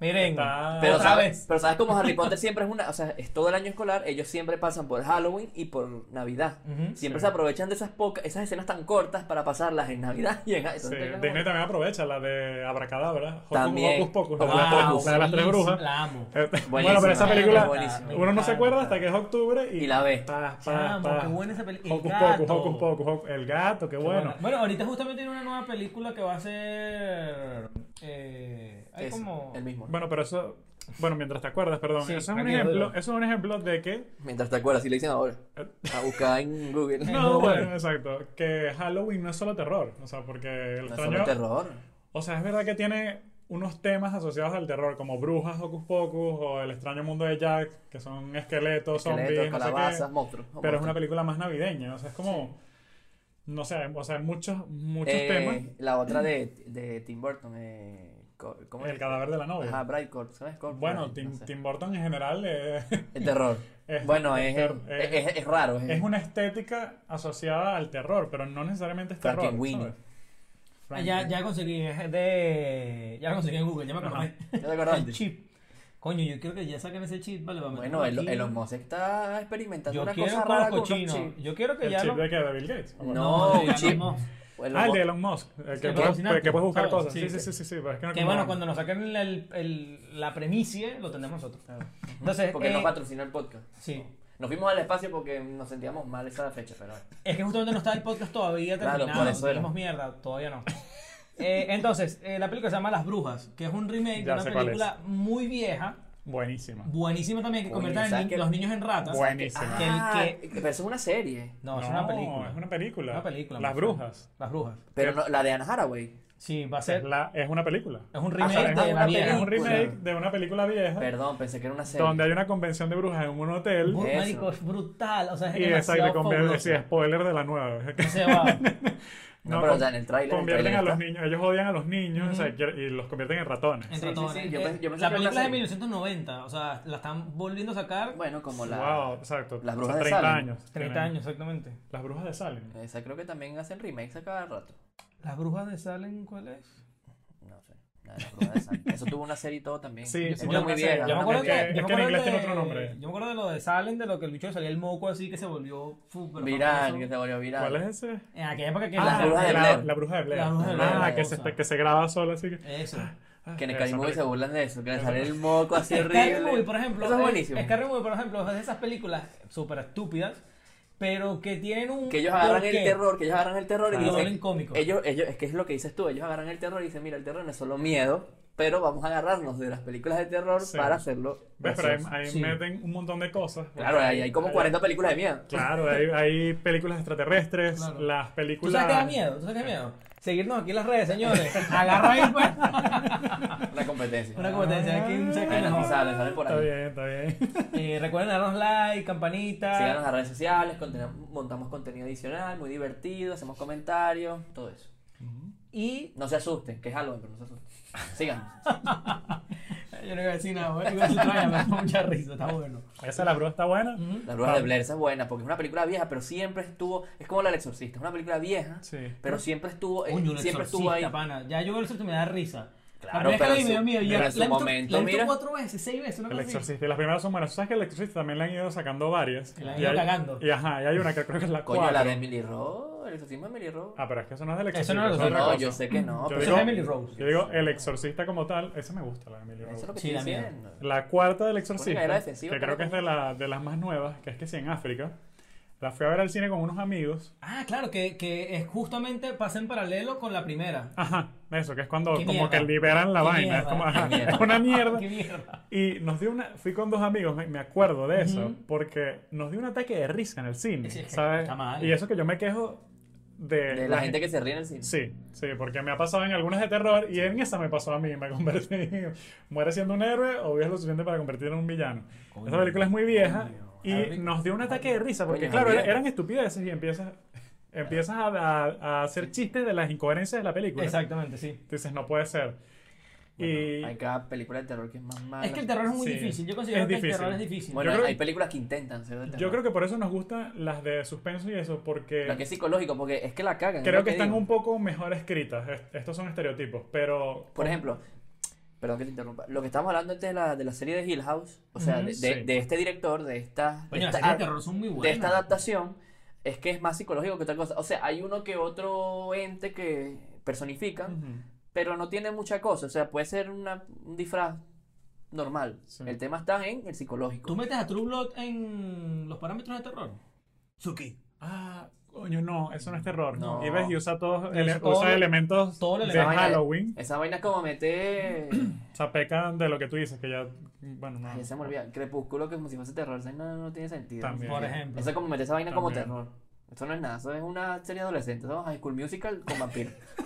S2: miren,
S3: Está-
S1: pero
S2: otra
S1: sabes,
S2: vez.
S1: pero sabes como Harry Potter siempre es una, o sea, es todo el año escolar, ellos siempre pasan por Halloween y por Navidad.
S2: Ujú.
S1: Siempre
S3: Sí.
S1: se aprovechan de esas pocas, esas escenas tan cortas para pasarlas en Navidad y en
S3: Sí,
S1: entonces te quedas
S3: Disney
S1: como-
S3: también aprovecha la de Abracadabra. Hocus-
S1: También.
S3: Hocus Pocus.
S1: Hocus
S3: la de-
S1: Pocus.
S3: La de las tres
S2: buenísima,
S3: brujas.
S2: La amo.
S3: Eh, Bueno,
S1: Buenísima,
S3: pero esa
S1: es
S3: película
S1: buenísima.
S2: Me
S3: uno no se
S2: encanta.
S3: acuerda hasta que es octubre y,
S1: Y la ve.
S3: pa, pa,
S2: Chamo,
S3: pa.
S2: qué buena esa película.
S3: Hocus Pocus, Hocus Pocus, Hocus- el gato, qué, bueno.
S2: Bueno, ahorita justamente tiene una nueva película que va a ser. Eh, hay
S1: es
S2: como.
S1: el mismo. ¿no?
S3: Bueno, pero eso, bueno, mientras te acuerdas, perdón,
S2: Sí,
S3: eso, es un
S2: tranquilo,
S3: ejemplo,
S2: dilo.
S3: eso es un ejemplo de que,
S2: Eh,
S1: Mientras te acuerdas, si le dicen ahora, a buscar en Google.
S2: No,
S3: no,
S2: bueno.
S3: bueno, exacto, que Halloween no es solo terror, o sea, porque el
S1: No es
S3: extraño,
S1: solo terror.
S3: o sea, es verdad que tiene unos temas asociados al terror, como brujas, Hocus Pocus, o el extraño mundo de Jack, que son esqueletos,
S1: Esqueletos,
S3: zombies, no sé
S1: calabazas,
S3: qué,
S1: monstruos.
S3: pero es
S1: monstruos.
S3: una película más navideña, o sea, es como, no sé, o sea, muchos, muchos
S1: Eh,
S3: temas,
S1: La otra de, de Tim Burton, eh, co- ¿cómo es?
S3: el cadáver de la novia.
S1: Ajá, Bright Corp, ¿sabes? Corp,
S3: Bueno,
S1: Bright,
S3: Tim,
S1: no sé.
S3: Tim Burton en general eh,
S1: El terror.
S3: es-
S1: bueno, es,
S3: ter-
S1: es, es- es raro. Es,
S3: es una estética asociada al terror, pero no necesariamente es terror.
S1: Frankenweenie.
S3: ¿sabes?
S2: Ah, ya, ya conseguí. Es de. Ya lo conseguí en Google, ya me
S3: Ajá.
S2: acordé.
S1: ¿Ya te
S2: El
S1: acordaste?
S2: chip. Coño, yo quiero que ya saquen ese chip, vale, vamos.
S1: Bueno, el, el Elon Musk está experimentando
S2: Yo
S1: una
S2: quiero
S1: cosa
S2: con los
S1: rara con los
S2: cochinos.
S1: chips.
S2: Yo quiero que
S3: ¿El
S2: ya
S3: chip
S2: lo.
S3: de qué? ¿De Bill Gates?
S1: No, un
S2: ya
S1: chip.
S2: no.
S1: Elon
S3: Ah, el
S1: Musk-
S3: de Elon Musk, el que,
S2: Sí,
S3: puedes,
S2: alucinante,
S3: que puedes buscar
S2: ¿sabes?
S3: cosas.
S2: Sí,
S3: Sí, sí,
S2: que-
S3: sí, sí, sí, pero es que no
S2: Que
S3: como-
S2: bueno, cuando nos saquen el- el- el- la premicia, lo tendremos nosotros. Entonces,
S1: Porque
S2: eh,
S1: no patrocinó el podcast.
S2: sí.
S1: Nos fuimos al espacio porque nos sentíamos mal esa fecha, pero bueno.
S2: Es que justamente no está el podcast todavía
S1: Claro,
S2: terminado.
S1: por eso era.
S2: tenemos mierda, todavía no. Eh, entonces, eh, la película se llama Las Brujas, que es un remake
S3: Ya
S2: de
S3: sé
S2: una
S3: cuál
S2: película muy vieja,
S3: Buenísima.
S2: buenísima también, que
S1: Coño,
S2: convierte a
S1: ¿sabes
S2: ni-
S1: qué?
S2: los niños en ratas.
S3: Buenísima.
S2: que-
S1: Ah, pero eso es una serie.
S2: No, es una película.
S3: es una película.
S2: Una película,
S3: Las
S2: man.
S3: Brujas.
S2: Las Brujas.
S1: Pero no, la de Anne Haraway.
S2: Sí, va a
S3: Es,
S2: ser.
S3: la- es una película.
S2: Es
S1: Ah,
S2: un
S3: O sea,
S2: remake
S3: es
S2: de
S3: una
S2: la
S3: peli-
S2: vieja.
S3: es un remake
S1: película.
S3: de una película vieja
S1: Perdón, pensé que era una serie.
S3: donde hay una convención de brujas en un hotel.
S2: Bu-
S1: Eso.
S2: marico, es brutal. O sea, es
S3: Y exacto,
S2: demasiado
S3: convierte,
S2: fabuloso.
S3: sí, spoiler de la nueva.
S2: O sea, va.
S1: No,
S3: no,
S1: pero
S3: con-
S1: o sea, en el tráiler. en el
S3: Convierten
S1: tráiler
S3: a los
S1: está.
S3: niños, ellos odian a los niños o sea, quiere- y los convierten en ratones.
S2: Entre
S1: Sí,
S2: todos.
S1: sí, sí, yo pe- yo pensé que era
S2: la
S1: una
S2: película es de
S1: serie.
S2: 1990, o sea, la están volviendo a sacar
S1: Bueno, como la.
S3: wow, exacto.
S1: las
S3: O
S1: brujas
S3: sea,
S1: de
S3: 30
S1: Salem.
S3: años.
S2: 30
S3: tienen.
S2: años exactamente.
S3: Las brujas de Salem.
S1: Esa creo que también hacen remakes a cada rato.
S2: ¿Las brujas de Salem cuál es?
S1: No sé. la de la prueba de sangre. Eso tuvo una serie y todo también.
S3: Sí,
S1: Una
S3: sí,
S1: muy
S3: yo me sé,
S1: vieja,
S2: Yo me
S1: una
S2: acuerdo
S1: muy
S2: que,
S1: vieja.
S3: Es
S2: yo
S3: que en
S2: me acuerdo
S3: inglés
S2: de,
S3: tiene otro nombre.
S2: Yo me acuerdo de lo de Salem, de lo que el bicho salía el moco así que se volvió súper
S1: Viral, que
S2: famoso.
S1: se volvió viral.
S3: ¿Cuál es ese?
S2: En aquella época que
S1: Ah,
S2: era-
S1: Las brujas de
S3: la,
S1: Blair.
S3: la bruja de Blair.
S2: La bruja
S1: de Blair.
S3: Ah, que se,
S2: Hermosa.
S3: que se graba solo así que.
S2: Eso.
S1: Que en el Caribe
S3: Esa
S1: se
S3: película.
S1: burlan de eso, que le sale el moco así
S2: Scary
S1: horrible.
S2: Movie, por ejemplo.
S1: Eso es
S2: eh,
S1: buenísimo.
S2: Scary Movie, por ejemplo, es de esas películas súper estúpidas, pero que tienen un.
S1: Que ellos agarran
S2: porqué.
S1: el terror, que ellos agarran el terror
S2: Claro.
S1: y
S2: Lo vuelven
S1: dicen,
S2: cómico.
S1: ellos, ellos, es que es lo que dices tú, ellos agarran el terror y dicen, mira, el terror no es solo miedo, pero vamos a agarrarnos de las películas de terror
S3: Sí.
S1: para hacerlo.
S3: ¿Ves? Pero ahí,
S1: gracioso".
S3: ahí
S2: Sí.
S3: meten un montón de cosas.
S1: Claro, ahí hay como 40 películas de miedo.
S3: Claro, hay, hay películas extraterrestres,
S2: Claro.
S3: las
S2: ¿Tú
S3: películas.
S2: sabes que da miedo? ¿Tú sabes que da miedo? Seguirnos aquí en las redes, señores. Agarra ahí, pues.
S1: Una competencia.
S2: Una competencia. ¿Quién sabe
S1: Ahí
S2: quién es
S1: nos
S2: mejor?
S1: salen, salen por
S3: Ah, Está
S1: ahí.
S3: bien, está bien.
S2: Eh, recuerden darnos like, campanita.
S1: Síganos en las redes sociales, conten- montamos contenido adicional, muy divertido, hacemos comentarios, todo eso.
S2: Y.
S1: No se asusten, que es Halloween, pero no se asusten. Síganos.
S2: Yo no iba a decir nada, güey. Iba a decir otra vaina, me da mucha risa, está bueno.
S3: Esa la bruja está buena.
S2: Ujú.
S1: La Bruja de Blair, esa es buena, porque es una película vieja, pero siempre estuvo, es como la del exorcista, es una película vieja,
S3: Sí.
S1: pero siempre estuvo, eh,
S2: Coño, el
S1: siempre estuvo ahí.
S2: exorcista, pana. Ya yo veo el exorcista y me da risa.
S1: Claro,
S2: la primera vez que
S1: pero
S2: la vi,
S1: en
S2: me dio
S1: su-
S2: miedo, y
S1: pero
S2: ya
S1: en su
S2: la he visto-
S1: momento,
S2: la he visto
S1: mira.
S2: cuatro veces, seis veces, una
S3: El
S2: cosa así.
S3: Exorcista. Y las primeras son buenas. ¿Sabes que el Exorcista también le han ido sacando varias?
S2: Que la han
S3: Y
S2: ido
S3: hay-
S2: cagando.
S3: Y ajá, y hay una que creo que es la
S1: Coño,
S3: cuatro.
S1: la de Emily Rowe, el exorcismo de Emily Rowe.
S3: Ah, pero es que eso no es del
S2: Eso
S3: Exorcista.
S2: no es del
S3: eso es
S2: otra
S1: no,
S3: otra
S1: yo
S3: cosa.
S1: sé que no,
S3: Yo
S1: pero
S2: Esa
S3: digo-
S2: es Emily Rose.
S3: Yo digo, el exorcista como tal, esa me gusta, la de Emily
S1: eso es lo
S3: Rose.
S1: que
S2: Sí, la
S1: estoy
S2: mía.
S1: diciendo.
S3: La cuarta del
S1: Pone la era
S3: exorcista,
S1: defensiva,
S3: que creo que es de, la- de las más nuevas, que es que si en África, la fui a ver al cine con unos amigos.
S2: Ah, claro, que, que es justamente pasa en paralelo con la primera.
S3: Ajá, eso, que es cuando
S2: Qué
S3: como
S2: mierda.
S3: que liberan la
S2: Qué
S3: vaina.
S2: mierda.
S3: Es como, ajá,
S1: Qué mierda.
S3: es una mierda.
S2: ¡Qué mierda!
S3: Y nos dio una, fui con dos amigos, me, me acuerdo de eso,
S2: Ujú.
S3: porque nos dio un ataque de risa en el cine,
S2: Sí, es que
S3: ¿sabes?
S2: está mal.
S3: Y eso que yo me quejo de,
S1: De la gente que se ríe en el cine.
S3: Sí, sí, porque me ha pasado en algunas de terror y en esa me pasó a mí, me convertí, muere siendo un héroe o es lo suficiente para convertirme en un villano. Esa película es muy vieja y
S2: Harry.
S3: nos dio un ataque de risa porque
S1: Coño,
S3: claro,
S1: Javier.
S3: era- eran estupideces y empiezas, empiezas a, a- a hacer chistes de las incoherencias de la película.
S2: Exactamente, sí.
S3: Dices, no puede ser. y
S1: Bueno, hay cada película de terror que es más mala.
S2: Es que el terror es muy
S3: Sí.
S2: difícil. Yo considero
S3: Es
S2: que
S3: difícil.
S2: el terror es difícil.
S1: Ah, Bueno,
S3: Yo creo-
S1: hay películas que intentan ser de terror.
S3: yo creo que por eso nos gustan las de suspenso y eso, porque...
S1: Lo que es psicológico, porque es que la cagan. es
S3: Creo
S1: lo
S3: que están
S1: digo.
S3: un poco mejor escritas. Est- Estos son estereotipos, pero
S1: Por ejemplo, perdón que te interrumpa, lo que estamos hablando antes de la, de la serie de Hill House, o sea,
S3: Ujú,
S1: de,
S3: sí.
S1: de este director, de esta, de
S2: Coño, las
S1: esta
S2: series de
S1: ad-
S2: terror son muy
S1: ah, de esta
S2: buenas.
S1: adaptación, es que es más psicológico que otra cosa. O sea, hay uno que otro ente que personifican,
S3: Ujú.
S1: pero no tiene mucha cosa. O sea, puede ser una, un disfraz normal.
S3: Sí.
S1: El tema está en el psicológico.
S2: ¿Tú metes a True Blood en los parámetros de terror? Suki.
S3: Ah, coño, no, eso no es terror.
S1: No.
S3: Y ves, y usa todos,
S2: Es
S3: ele-
S2: todo-
S3: usa elementos
S2: todo el
S3: de
S2: elemento.
S3: Halloween.
S1: Esa vaina es como meter...
S3: O sea, pecan de lo que tú dices, que ya, bueno, no.
S1: Ay, ya se me olvida. Crepúsculo que es como si fuese terror. Esa vaina no tiene sentido.
S3: También.
S2: Por ejemplo.
S1: Eso es como meter esa vaina como
S3: También.
S1: terror. Eso no es nada, eso es una serie adolescente. Eso es High School Musical con vampiros.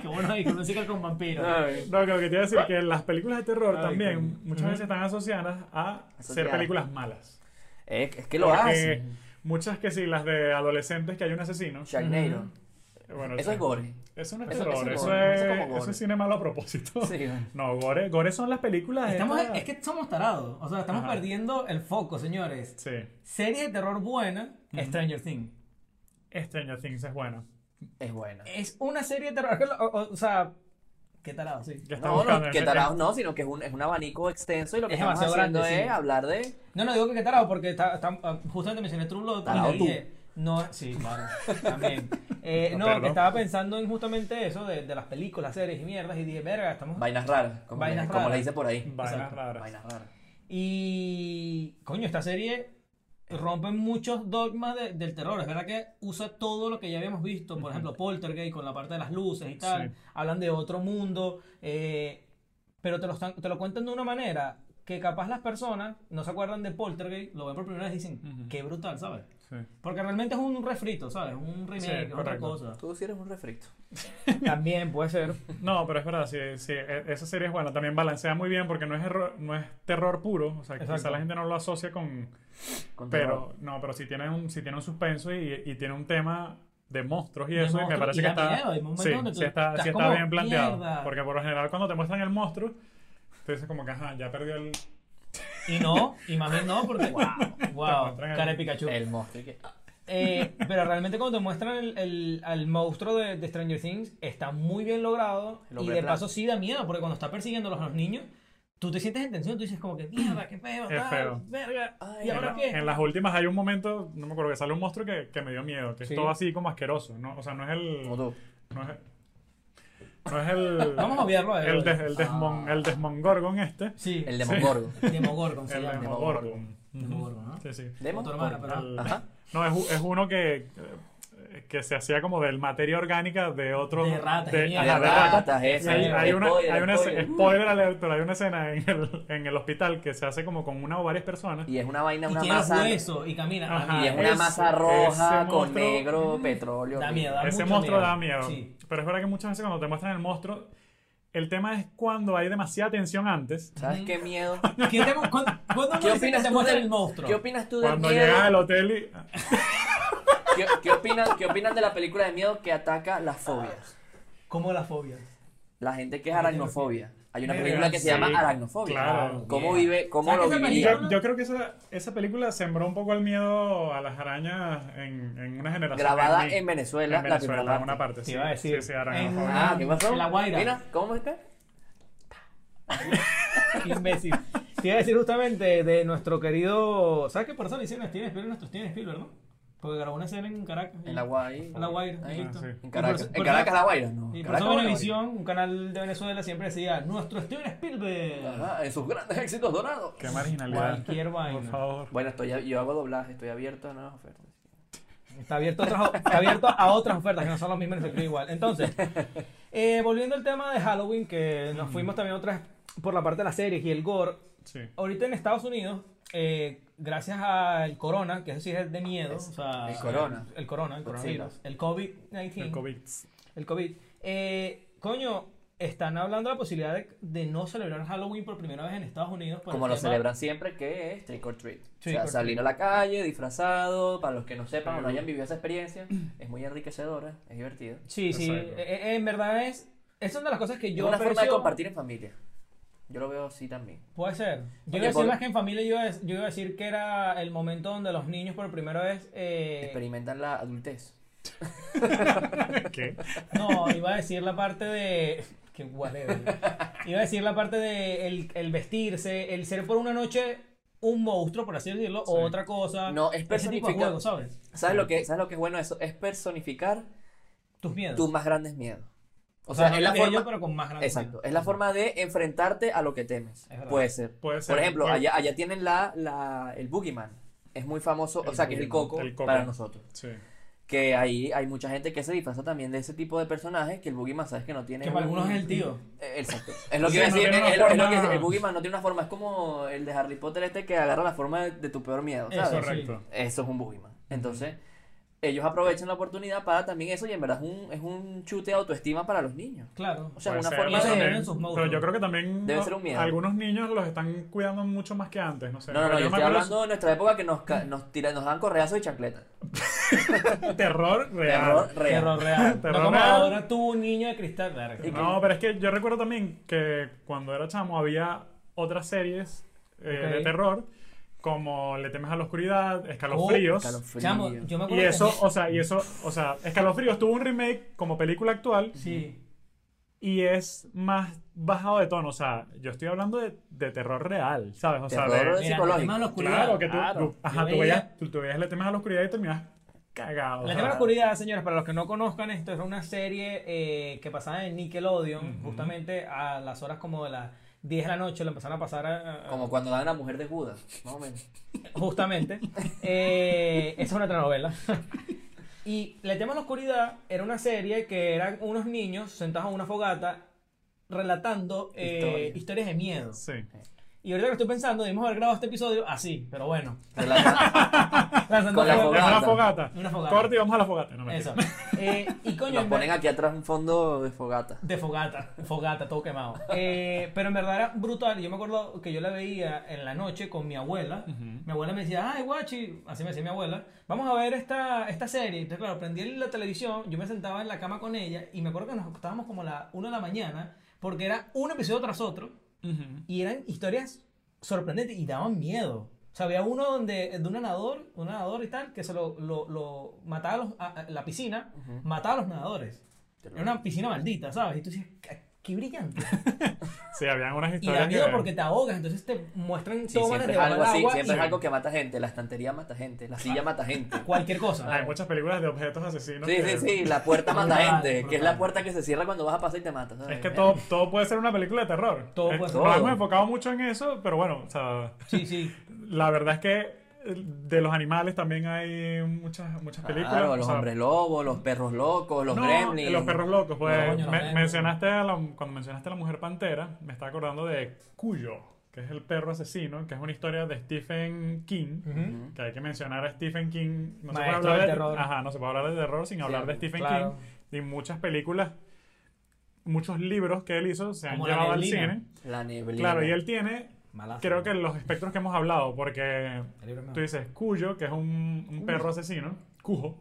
S2: Qué bueno ahí, con música con vampiros.
S1: Ay,
S3: No, que lo que te iba a decir que las películas de terror
S2: Ay,
S3: también
S2: coño.
S3: muchas
S2: Ujú.
S3: veces están asociadas a ser
S1: Asociadas.
S3: películas malas.
S1: es, es que lo
S3: Porque
S1: hacen.
S3: Muchas que sí, las de adolescentes que hay un asesino.
S1: Sharknado.
S2: Ujú.
S3: Bueno,
S1: Eso es gore.
S3: Eso no es
S1: Eso-
S3: terror,
S1: eso
S3: eso,
S1: es
S3: es,
S1: gore, eso es como gore.
S3: eso es cine malo a propósito.
S1: Sí, bueno.
S3: No, gore, gore son las películas.
S2: Estamos,
S3: estas-
S2: es que somos tarados. O sea, estamos
S3: Ah. Ajá.
S2: perdiendo el foco, señores.
S3: Sí.
S2: Series de terror buena,
S3: Ujú.
S2: Stranger Things.
S3: Stranger Things es bueno.
S1: Es buena.
S2: Es una serie de terror. que lo- O, o- o sea, qué tarado, sí.
S3: Ya está
S1: No, no,
S3: buscando-
S1: que tarados no, sino que es un, es un abanico extenso y lo que
S2: Es
S1: estamos
S2: demasiado
S1: haciendo
S2: grande,
S1: es
S2: sí.
S1: hablar de.
S2: No, no digo que qué tarado porque está, está- ah, justamente mencioné True Blood. y
S1: Tarado
S2: yo
S1: tú.
S2: dije, No, sí, claro, también. Eh,
S3: No,
S2: no,
S3: perdón.
S2: que estaba pensando en justamente eso de, de las películas, series y mierdas y dije, verga, estamos...
S1: Vainas raras, como,
S2: Vainas
S1: le, como le
S2: raras.
S1: dice por ahí.
S3: Vainas
S2: Exacto.
S3: raras.
S1: Vainas raras.
S2: Y... Coño, esta serie rompe muchos dogmas de- del terror. Es verdad que usa todo lo que ya habíamos visto. Por ejemplo, Poltergeist con la parte de las luces y tal.
S3: Sí.
S2: Hablan de otro mundo. eh, pero te lo, están- te lo cuentan de una manera que capaz las personas no se acuerdan de Poltergeist, lo ven por primera vez y dicen,
S3: Ujú.
S2: qué brutal, ¿sabes?
S3: Sí.
S2: Porque realmente es un refrito, ¿sabes? Un remake,
S3: Sí,
S2: otra
S3: correcto.
S2: cosa.
S1: Tú sí eres un refrito.
S2: También puede ser.
S3: No, pero es verdad, sí, sí, e- esa serie es buena, también balancea muy bien porque no es error- no es terror puro, o sea, que quizá
S2: Exacto.
S3: la gente no lo asocia con,
S1: con terror.
S3: pero no, pero si tiene un, si tiene un suspenso y, y tiene un tema de monstruos y
S2: De
S3: eso, y
S2: monstruos,
S3: me parece
S2: y
S3: que
S2: da
S3: está,
S2: miedo, hay momentos
S3: sí,
S2: donde tú
S3: sí está,
S2: estás
S3: sí está
S2: como,
S3: bien planteado,
S2: "Mierda".
S3: porque por lo general cuando te muestran el monstruo, tú dices como que ajá, ya perdió el,
S2: Y no, y más bien no, porque wow, wow,
S3: encuentran
S2: cara de
S3: el-
S2: Pikachu.
S1: El monstruo. que-
S2: Eh, pero realmente cuando te muestran el, el- al monstruo de, de Stranger Things, está muy bien logrado.
S1: El
S2: Y
S1: hombre
S2: de
S1: blanco.
S2: paso sí da miedo, porque cuando está persiguiéndolos a los niños, tú te sientes en tensión, tú dices como que mierda, qué feo,
S3: Es
S2: tal,
S3: feo.
S2: verga.
S1: Ay,
S2: ¿Y
S3: en,
S2: ahora
S3: la-
S2: qué?
S3: en las últimas hay un momento, no me acuerdo que sale un monstruo que, que me dio miedo, que
S2: Sí.
S3: es todo así como asqueroso, no, o sea, no es el,
S1: Como tú.
S3: no es, no es el,
S2: Vamos a obviarlo a él.
S3: el, des- el desmon,
S1: Ah.
S3: el desmongorgon este.
S2: Sí,
S1: El demogorgo.
S2: Demogorgon se
S3: El
S2: llama.
S3: Demogorgon.
S2: Demogorgon, ¿no? Ah,
S3: Sí, sí.
S1: Demo-
S2: Tu hermana, pero-
S3: El-
S1: Ajá.
S3: No, es, u- es uno que, eh, que se hacía como del materia orgánica de otro.
S2: De ratas, de
S1: De
S2: mierda.
S3: ajá, de ratas.
S1: ratas,
S3: Y
S1: esa.
S3: Hay, hay una,
S1: spoiler,
S3: hay una escena-
S1: spoiler.
S3: spoiler alert, pero hay una escena en el, en el hospital que se hace como con una o varias personas.
S1: Y es una
S2: Y
S1: vaina, una
S2: tiene los
S1: masa.
S2: huesos y camina.
S3: Ajá.
S2: Ah,
S1: Y es
S2: mira,
S1: una
S3: Ese-
S1: masa
S3: ese
S1: roja con
S3: monstruo-
S1: negro, petróleo.
S2: Mm. Da
S1: horrible.
S2: miedo, da
S3: Ese
S2: mucho
S3: monstruo
S2: miedo.
S3: da miedo.
S2: Sí.
S3: Pero es verdad que muchas veces cuando te muestran el monstruo, el tema es cuando hay demasiada tensión antes.
S1: ¿Sabes qué miedo?
S2: ¿Qué te, cu- ¿Cuándo nos
S1: ¿Qué
S2: dicen
S1: opinas,
S2: Mm. que te
S1: tú
S2: muestran
S1: del,
S2: el monstruo?
S1: ¿Qué opinas tú del
S3: Cuando
S1: miedo?
S3: llegas al hotel y.
S1: ¿Qué, qué opinas, ¿Qué opinas de la película de miedo que ataca las fobias?
S2: Como las fobias.
S1: La gente que es aracnofobia. Hay una
S3: Mira,
S1: película que se
S3: sí,
S1: llama Aracnofobia.
S3: claro.
S1: ¿Cómo
S2: Yeah.
S1: vive, cómo
S2: ¿Sabes
S1: lo
S2: que esa
S1: viviría?
S2: película-
S3: Yo, yo creo que esa, esa película sembró un poco el miedo a las arañas en, en una generación.
S1: Grabada
S3: mí.
S1: en Venezuela,
S3: En Venezuela,
S1: la primera
S3: en
S1: parte.
S3: una parte.
S2: Te
S3: sí.
S2: iba a decir.
S3: Sí, sí, arañofobia.
S1: Ah, ¿qué pasó?
S2: En La Guaira.
S1: Mira, ¿cómo está?
S2: Qué imbécil. Te iba a decir justamente de nuestro querido. ¿Sabes qué persona hicieron a Steven Spielberg? Nuestro Steven Spielberg, ¿no? Porque grabó una escena en Caracas.
S1: En La Guaira.
S2: En La Guaira,
S1: Ahí.
S2: listo.
S3: Ah, sí.
S1: En Caracas.
S2: Por-
S1: En
S2: por-
S1: Caracas, La Guaira, no.
S2: Y por
S1: Caracas,
S2: eso
S1: La Guaira.
S2: Venevisión, un canal de Venezuela, siempre decía: Nuestro Steven Spielberg.
S1: Ajá, en sus grandes éxitos dorados.
S3: Qué marginalidad.
S2: Cualquier
S3: Por
S2: vaina.
S3: favor.
S1: Bueno, estoy, a- yo hago doblaje, estoy abierto a nuevas ofertas.
S3: Pues,
S2: Está abierto, a otras- está abierto a otras ofertas que no son las mismas en el sector igual. Entonces, eh, volviendo al tema de Halloween, que nos fuimos también otras por la parte de las series y el gore.
S3: Sí.
S2: Ahorita en Estados Unidos, eh, gracias al corona, que eso sí es de miedo. o sea,
S1: el corona.
S2: El corona, el
S1: Godzilla.
S2: coronavirus. El COVID-19.
S3: El COVID.
S2: El COVID. Eh, coño, están hablando de la posibilidad de, de no celebrar Halloween por primera vez en Estados Unidos. por el
S1: Como lo
S2: tema-
S1: celebran siempre, que es trick or treat.
S2: Trick
S1: o sea,
S2: or
S1: salir
S2: treat.
S1: a la calle disfrazado, para los que no sepan o no hayan vivido esa experiencia, es muy enriquecedora, es divertido.
S2: Sí, sí.
S3: Exacto.
S2: eh, eh, en verdad es. Es una de las cosas que
S1: Es
S2: yo.
S1: una forma de
S2: aprecio-
S1: compartir en familia. Yo lo veo así también.
S2: Puede ser.
S1: Oye,
S2: Yo iba a decir
S1: por-
S2: más que en familia, yo iba, a, yo iba a decir que era el momento donde los niños por primera vez. Eh,
S1: Experimentan la adultez.
S3: ¿Qué?
S2: no, iba a decir la parte de. Que whatever. Iba a decir la parte de el, el vestirse, el ser por una noche un monstruo, por así decirlo, o
S3: Sí.
S2: otra cosa.
S1: No, es
S2: ah, Ese tipo de
S1: personificar-
S2: juego, ¿sabes?
S1: ¿Sabes, lo que, ¿Sabes lo que es bueno eso? Es personificar
S2: Tus miedos.
S1: tus más grandes miedos. O,
S2: O
S1: sea,
S2: sea,
S1: es la
S2: de ellos,
S1: forma...
S2: pero con más grandes
S1: Exacto,
S2: miedos.
S1: es la forma de enfrentarte a lo que temes.
S2: Es verdad.
S1: Puede ser.
S3: Puede ser.
S1: Por ejemplo,
S3: Bueno,
S1: allá, allá tienen la, la, el Boogeyman. Es muy famoso, o
S3: El
S1: sea, que es el
S3: Boogeyman,
S1: coco,
S3: el coco.
S1: para nosotros.
S3: Sí.
S1: Que ahí hay mucha gente que se disfraza también de ese tipo de personajes que el Boogeyman, sabes que no tiene.
S2: Que para
S1: un-
S2: algunos es el tío.
S1: Eh, Exacto. Es lo que
S3: Sí,
S1: iba a
S3: no
S1: decir.
S3: tiene
S1: es-
S3: una
S1: es lo- es lo
S3: forma-
S1: que- el Boogeyman no tiene una forma. Es como el de Harry Potter este que agarra la forma de, de tu peor miedo,
S2: Eso,
S1: ¿sabes?
S2: re-
S3: Correcto.
S1: Eso es un Boogeyman. Entonces, ellos aprovechan la oportunidad para también eso y en verdad es un, es un chute de autoestima para los niños.
S2: Claro.
S1: O sea,
S3: Puede
S1: una
S3: ser,
S1: forma
S3: pero
S2: de-
S3: también-
S2: en sus monstruos.
S3: Pero yo creo que también
S1: Debe
S3: no-
S1: ser un miedo.
S3: algunos niños los están cuidando mucho más que antes, no sé.
S1: No, no, no,
S3: Pero
S1: yo
S3: me
S1: estoy
S3: acuerdo
S1: hablando de nuestra época que nos, ca- nos, tira- nos dan correazos y chancletas.
S3: de Terror real.
S1: Terror real.
S2: Terror real.
S3: Pues, Terror
S2: no como
S3: real.
S2: ahora tuvo un niño de cristal. verga.
S1: Y-
S3: No, pero es que yo recuerdo también que cuando era chamo había otras series eh,
S2: Ok.
S3: de terror como Le temes a la oscuridad, Escalofríos.
S2: Oh,
S1: Escalofrío.
S2: Chamo, yo me
S3: y
S2: acuerdo
S3: eso,
S2: que-
S3: o sea, y eso, o sea, Escalofríos tuvo un remake como película actual
S2: Sí.
S3: y es más bajado de tono, o sea, yo estoy hablando de, de terror real, ¿sabes? O sea, de-
S1: Terror
S2: Mira,
S1: psicológico.
S2: el tema de la oscuridad.
S3: claro que tú,
S2: claro.
S3: tú- ajá,
S2: Yo
S3: tú
S2: veía-
S3: veías, tú, tú veías Le temes a la oscuridad y terminas cagado.
S2: La
S3: o
S2: Llama de
S3: sea,
S2: la Oscuridad, señores, para los que no conozcan, esto es una serie eh, que pasaba en Nickelodeon, justamente a las horas como de las 10 de la noche, lo empezaron a pasar eh, a- a-
S1: Como cuando dan a la mujer de Judas, más o menos.
S2: justamente. Eh, esa es una otra novela. Y Le tema a la Oscuridad era una serie que eran unos niños sentados a una fogata relatando eh,
S1: Historias.
S2: historias de miedo.
S3: Sí.
S2: Y ahorita que estoy pensando, debimos haber grabado este episodio así, pero bueno.
S1: Relata-
S2: Lanzando
S1: la
S2: fogata.
S3: Es una
S1: Fogata.
S3: fogata.
S2: Una fogata.
S3: Corte y vamos a la fogata. No, mentira.
S2: Eso. Eh, y coño,
S1: Nos
S2: en
S1: ponen
S2: ver-
S1: aquí atrás un fondo de fogata.
S2: De fogata, fogata, todo quemado. Eh, pero en verdad era brutal. Yo me acuerdo que yo la veía en la noche con mi abuela. Mi abuela me decía, ay, guachi, así me decía mi abuela, vamos a ver esta, esta serie. Entonces, claro, prendí la televisión, yo me sentaba en la cama con ella y me acuerdo que nos acostábamos como a la 1 de la mañana porque era un episodio tras otro y eran historias sorprendentes y daban miedo. O sea, había uno donde, de un nadador, un nadador y tal, que se lo, lo, lo mataba a los- a- a la piscina, mataba a los nadadores. Era una piscina maldita, ¿sabes? Y tú dices, "Qué- qué brillante.
S3: Sí, habían unas
S2: Y da
S3: historias.
S2: miedo
S3: que-
S2: porque te ahogas, entonces te muestran
S1: Sí,
S2: tomas
S1: siempre
S2: de
S1: es algo así,
S2: agua
S1: siempre
S2: y
S1: es algo que mata gente. La estantería mata gente, la silla mata gente.
S2: cualquier
S3: Hay
S2: cosa.
S3: muchas películas de objetos asesinos.
S1: Sí,
S3: que-
S1: sí, sí, la puerta mata
S2: Brutal,
S1: gente, que es la
S2: brutal.
S1: puerta que se cierra cuando vas a pasar y te matas. ¿sabes?
S3: Es que
S1: Mira.
S3: todo, todo puede ser una película de terror.
S2: Todo
S3: Eh,
S2: puede
S1: ser.
S3: Nos
S1: Todo.
S3: hemos enfocado mucho en eso, pero bueno, o sea,
S2: Sí, sí.
S3: la verdad es que eh, de los animales también hay muchas, muchas películas.
S1: Claro,
S3: o
S1: los
S3: sea,
S1: hombres lobos, los perros locos, los
S3: no,
S1: gremlins.
S3: Los perros locos, pues.
S2: Coño, los
S3: me-
S2: gremlins.
S3: mencionaste a la- cuando mencionaste a la mujer pantera, me estaba acordando de Cuyo, que es el perro asesino, que es una historia de Stephen King.
S2: Ujú.
S3: Que hay que mencionar a Stephen King. No se puede
S2: Maestro
S3: hablar de
S2: del terror.
S3: Ajá, no se puede hablar de terror sin hablar de Stephen
S2: claro.
S3: King. Y muchas películas, muchos libros que él hizo se han
S2: Como La
S3: llevado al
S2: Neblina. Ah,
S3: cine.
S1: La neblina.
S3: Claro, y él tiene,
S2: Malazo.
S3: creo que los espectros que hemos hablado, porque
S2: El libro es malo.
S3: tú dices Cuyo, que es un, un perro asesino, Cujo.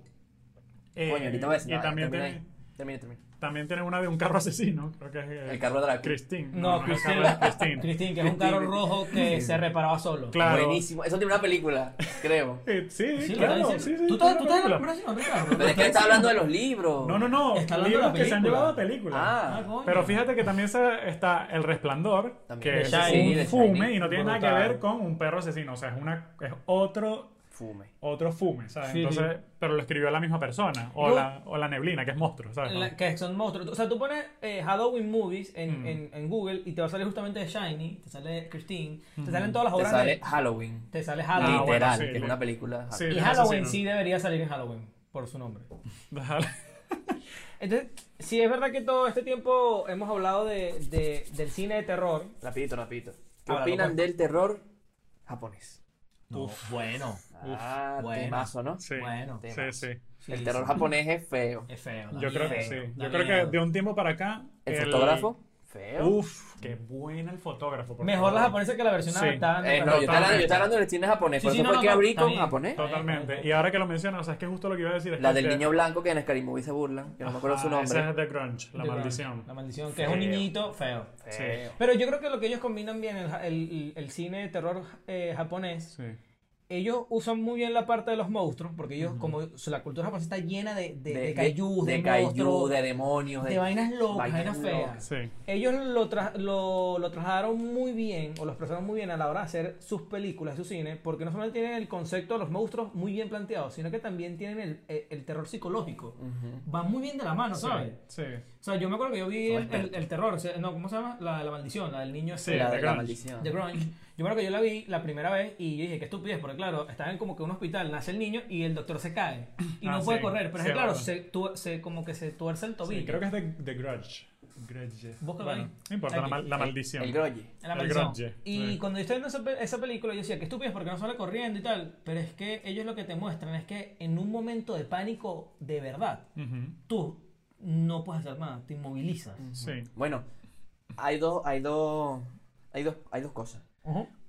S3: Eh,
S1: Coño, ahorita voy a decir,
S3: Y
S1: no, este
S3: también
S1: termina
S3: tiene,
S1: ahí. Termina, termina.
S3: También tienen una de un carro asesino, creo que es eh,
S1: El carro Drácula.
S3: Christine.
S2: No,
S3: el
S2: Christine.
S3: carro de Christine.
S2: Christine, que es un carro rojo que se reparaba solo.
S3: Claro.
S1: Buenísimo. Eso tiene una película, creo.
S3: Eh, sí,
S2: Sí, lo
S3: claro,
S2: está
S3: sí,
S2: diciendo.
S3: sí,
S2: ¿Tú
S3: tiene
S2: estás, tú
S3: una
S2: estás en la
S3: película.
S2: comparación de la
S1: Pero
S2: película?
S1: es que él está hablando de los libros.
S3: No, no, no.
S2: Está hablando de
S3: libros
S2: la
S3: que se han
S2: película.
S3: llevado a películas.
S2: Ah,
S1: Ah,
S2: coño.
S3: Pero fíjate que también se- está El Resplandor,
S1: También.
S3: que
S2: The
S3: es
S2: Shining.
S1: Sí, The
S3: un fume
S1: Shining.
S3: y no tiene nada que
S2: Brutal.
S3: ver con un perro asesino. O sea, es, una, es otro,
S1: fume.
S3: otro fume, ¿sabes?
S2: Sí,
S3: Entonces, pero lo escribió la misma persona. O,
S2: Yo-
S3: la, o la neblina, que es monstruo, ¿sabes?
S2: La- que son monstruos. O sea, tú pones eh, Halloween Movies en,
S3: Mm.
S2: en, en Google y te va a salir justamente The Shiny, te sale Christine, te salen todas las
S1: Mm. Te
S2: obras
S1: sale
S2: de...
S1: Halloween.
S2: Te sale
S3: Ah,
S2: Halloween.
S3: bueno,
S1: Literal,
S3: sí,
S1: que es
S3: li-
S1: una película.
S3: sí.
S2: y
S3: el
S2: Halloween
S3: asesino.
S2: sí debería salir en Halloween, por su nombre.
S3: Dale.
S2: Entonces, sí es verdad que todo este tiempo hemos hablado de, de- del cine de terror.
S1: Rapidito, rapidito. ¿Qué
S2: Ahora,
S1: opinan
S2: loco.
S1: del terror japonés?
S2: No, bueno,
S1: Ah,
S2: bueno.
S1: temazo, ¿no?
S3: Sí,
S2: bueno.
S1: te-
S3: sí, sí.
S2: Sí,
S1: El terror
S2: sí.
S1: japonés es feo.
S2: Es feo. da
S3: Yo creo que
S2: miedo,
S3: sí.
S2: da
S3: Yo creo que
S2: miedo.
S3: de un tiempo para acá...
S1: El fotógrafo, Eh, feo.
S3: Uf, qué buena el fotógrafo. por
S2: Mejor la
S3: favor.
S2: japonesa que la versión
S3: Sí.
S2: adaptada.
S1: Eh, no, yo estaba hablando- yo estaba hablando del cine japonés,
S2: Sí,
S1: por
S2: sí,
S1: eso
S2: no,
S1: fue
S2: no,
S1: que
S2: no,
S1: abrí
S2: está
S1: con
S2: bien.
S1: japonés.
S3: Totalmente.
S2: Ajá.
S3: Y ahora que lo mencionas, o sea, es que justo lo que iba a decir es
S1: La
S3: que-
S1: del niño blanco que en Scary Movie se burlan. Yo no me acuerdo su
S3: Ajá, Ah, Esa
S1: nombre.
S3: es The Grunge, La
S2: The
S3: Maldición.
S2: Grudge, La maldición, que es un
S3: Feo.
S2: niñito feo.
S1: Feo.
S2: Pero yo creo que lo que ellos combinan bien, el, ja- el- el cine de terror eh, japonés,
S3: Sí.
S2: ellos usan muy bien la parte de los monstruos, porque ellos, como su- la cultura japonesa está llena de, de, de kaijus, de,
S1: de kaiju,
S2: monstruos,
S1: de demonios,
S2: de vainas locas,
S1: vainas
S2: vainas feas.
S1: locas.
S3: Sí.
S2: Ellos lo, tra- lo, lo trasladaron muy bien, o lo expresaron muy bien a la hora de hacer sus películas, su cine, porque no solamente tienen el concepto de los monstruos muy bien planteado, sino que también tienen el, eh, el- el terror psicológico. Van muy bien de la mano, ¿sabes?
S3: Sí.
S2: O sea, yo me acuerdo que yo vi
S1: Son
S2: el, el-
S1: expertos.
S2: el terror, o sea, no, ¿cómo se llama? La, la maldición, la del niño
S3: Sí,
S2: este,
S1: la,
S3: The
S1: de la
S3: Grunge.
S1: maldición.
S2: The Grunge. Yo creo que yo la vi la primera vez y yo dije, qué estupidez, porque claro, estaba en como que un hospital, nace el niño y el doctor se cae y
S3: Ah,
S2: no puede
S3: sí,
S2: correr, pero es
S3: sí,
S2: que claro,
S3: verdad.
S2: se, tu- se- como que se tuerce el tobillo.
S3: Sí, creo que es The, The Grudge. Grudge.
S2: Búscalo ahí.
S3: No importa, la,
S2: Aquí.
S3: mal- la maldición.
S1: El grolle.
S2: En la
S3: El
S2: maldición.
S3: grunge,
S2: Y
S3: sí.
S2: cuando yo estaba viendo esa, pe- esa película, yo decía, qué estúpido, porque no sale corriendo y tal. Pero es que ellos lo que te muestran es que en un momento de pánico de verdad,
S3: Ujú,
S2: tú no puedes hacer nada, te inmovilizas.
S3: Sí.
S1: Bueno, hay dos, hay dos, hay dos, hay dos cosas.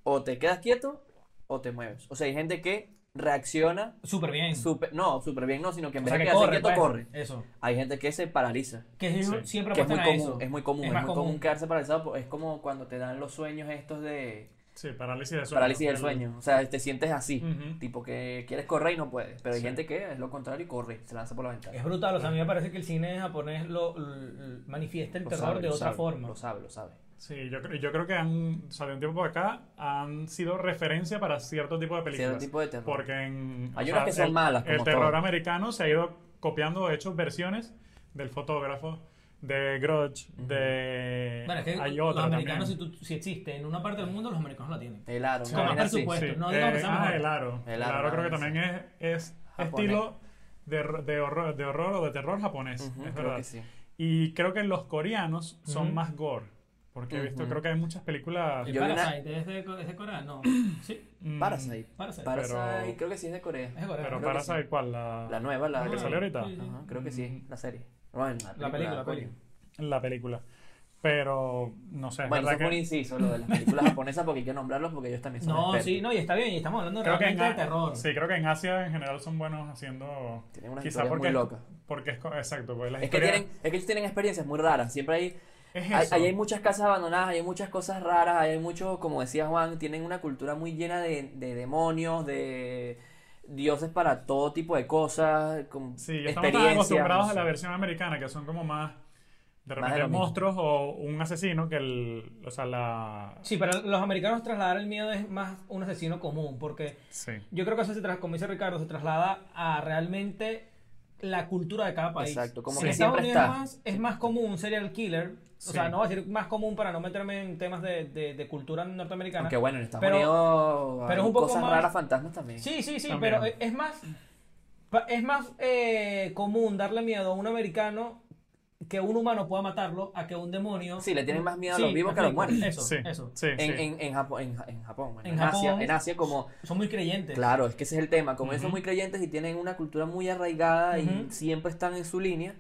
S1: O te quedas quieto o te mueves. O sea, hay gente que reacciona
S2: Súper bien.
S1: super, no, súper bien no, sino que en
S2: O
S1: vez
S2: sea,
S1: de
S2: que
S1: quedarse
S2: corre,
S1: quieto,
S2: pues.
S1: corre.
S2: Eso.
S1: Hay gente que se paraliza.
S2: Que ellos
S3: Sí.
S2: siempre
S1: Que es muy
S2: apuestan a pues eso.
S1: común, es muy común,
S2: Es
S1: es,
S2: más
S1: muy común.
S2: común.
S1: quedarse paralizado. por- Es como cuando te dan los sueños estos de
S3: Sí, parálisis del sueño.
S1: parálisis del
S3: El-
S1: sueño. O sea, te sientes así.
S3: Ujú.
S1: Tipo que quieres correr y no puedes. Pero hay
S3: Sí.
S1: gente que es lo contrario y corre, se lanza por la ventana.
S2: Es brutal, o sea, a mí me parece que el cine japonés lo, l- manifiesta el
S1: Lo
S2: terror
S1: sabe,
S2: de
S1: lo
S2: otra
S1: sabe,
S2: forma.
S1: Lo sabe, lo sabe.
S3: Sí, yo, creo- yo creo que han, o sea, de un tiempo para acá han sido referencia para cierto tipo de películas.
S1: Cierto tipo de terror.
S3: Porque en.
S1: Hay unas que son
S3: el,
S1: malas, como
S3: El terror
S1: todo.
S3: americano se ha ido copiando, de hecho, versiones del fotógrafo, de Grudge, de.
S2: Bueno, es que
S3: hay
S2: los
S3: otra también.
S2: americanos, si, tú- si existe en una parte del mundo, los americanos la tienen.
S1: El aro,
S2: Sí.
S1: una
S2: Con
S1: vaina
S2: más
S1: así.
S2: presupuesto. no digamos que sea
S3: ah,
S2: mejor.
S3: el aro.
S1: El
S3: El
S1: aro,
S3: aro, creo que
S1: sí.
S3: también es, es
S1: Japonés.
S3: estilo de, ro- de horror, de horror o de terror japonés.
S1: Ujú,
S3: es
S1: creo
S3: verdad.
S1: que sí.
S3: Y creo que los coreanos son
S2: Ujú.
S3: más gore. Porque he visto,
S1: Ujú.
S3: creo que hay muchas películas.
S2: ¿Y
S1: Yo vi una-
S2: Parasite es de, es de Corea? No. ¿Sí?
S3: mm,
S1: Parasite.
S2: Parasite.
S1: Parasite,
S3: Pero-
S1: creo que sí es de Corea.
S2: Es de Corea.
S3: Pero
S1: Creo que
S3: Parasite,
S1: sí.
S3: ¿cuál? La,
S1: La nueva, la
S2: Ah,
S3: que salió ahorita.
S2: sí, sí.
S1: Ajá, creo que sí, la serie. Bueno,
S2: La película,
S1: coño.
S2: coño.
S3: La película. Pero, no sé, es
S1: Bueno, eso
S3: verdad
S1: fue un
S3: que.
S1: inciso, lo de las películas japonesas, porque hay que nombrarlos porque ellos también son
S2: No,
S1: expertos.
S2: sí, no, y está bien, y estamos hablando
S3: Creo que en,
S2: realmente de
S3: A-
S2: terror.
S3: Sí, creo que en Asia en general son buenos haciendo.
S1: Tienen unas
S3: Quizá
S1: historias
S3: porque.
S1: muy locas.
S3: Porque es. co- Exacto, pues la
S1: Es que,
S3: historia-
S1: tienen, es que ellos tienen experiencias muy raras. Siempre hay,
S3: es
S1: hay,
S3: eso.
S1: ahí hay muchas casas abandonadas, hay muchas cosas raras, hay mucho, como decía Juan, tienen una cultura muy llena de, de demonios, de dioses para todo tipo de cosas, con
S3: Sí, ya estamos tan
S1: experiencias.
S3: acostumbrados
S1: no
S3: a la
S1: sé.
S3: versión americana, que son como más de
S1: Más de
S3: repente
S1: lo mismo.
S3: monstruos o un asesino que el. O sea, la.
S2: Sí, para los americanos trasladar el miedo es más un asesino común, porque
S3: Sí.
S2: yo creo que eso se tras, como dice Ricardo, se traslada a realmente la cultura de cada país.
S1: Exacto, como
S2: en
S1: que
S2: Estados
S1: siempre
S2: Unidos
S1: está.
S2: más- es más común un serial killer, o
S3: Sí.
S2: sea, no voy a decir más común para no meterme en temas de, de- de cultura norteamericana.
S1: Aunque bueno, en Estados
S2: Pero-
S1: Unidos
S2: pero es
S1: hay
S2: un poco
S1: cosas
S2: más-
S1: raras, fantasmas también.
S2: Sí, sí, sí,
S3: También.
S2: pero e- es más, pa- es más eh, común darle miedo a un americano que un humano pueda matarlo a que un demonio.
S1: Sí, le tienen más miedo a
S2: Sí,
S1: los vivos que a los
S2: perfecto.
S1: muertos.
S2: Eso,
S3: sí.
S2: eso.
S3: Sí,
S1: En,
S3: sí.
S1: en, en, Japón, en, Ja- en Japón, bueno,
S2: En
S1: en, Asia,
S2: Japón.
S1: en Asia como,
S2: Son muy creyentes.
S1: claro, es que ese es el tema, como ellos son
S3: Ujú.
S1: muy creyentes y tienen una cultura muy arraigada
S2: Ujú.
S1: y siempre están en su línea,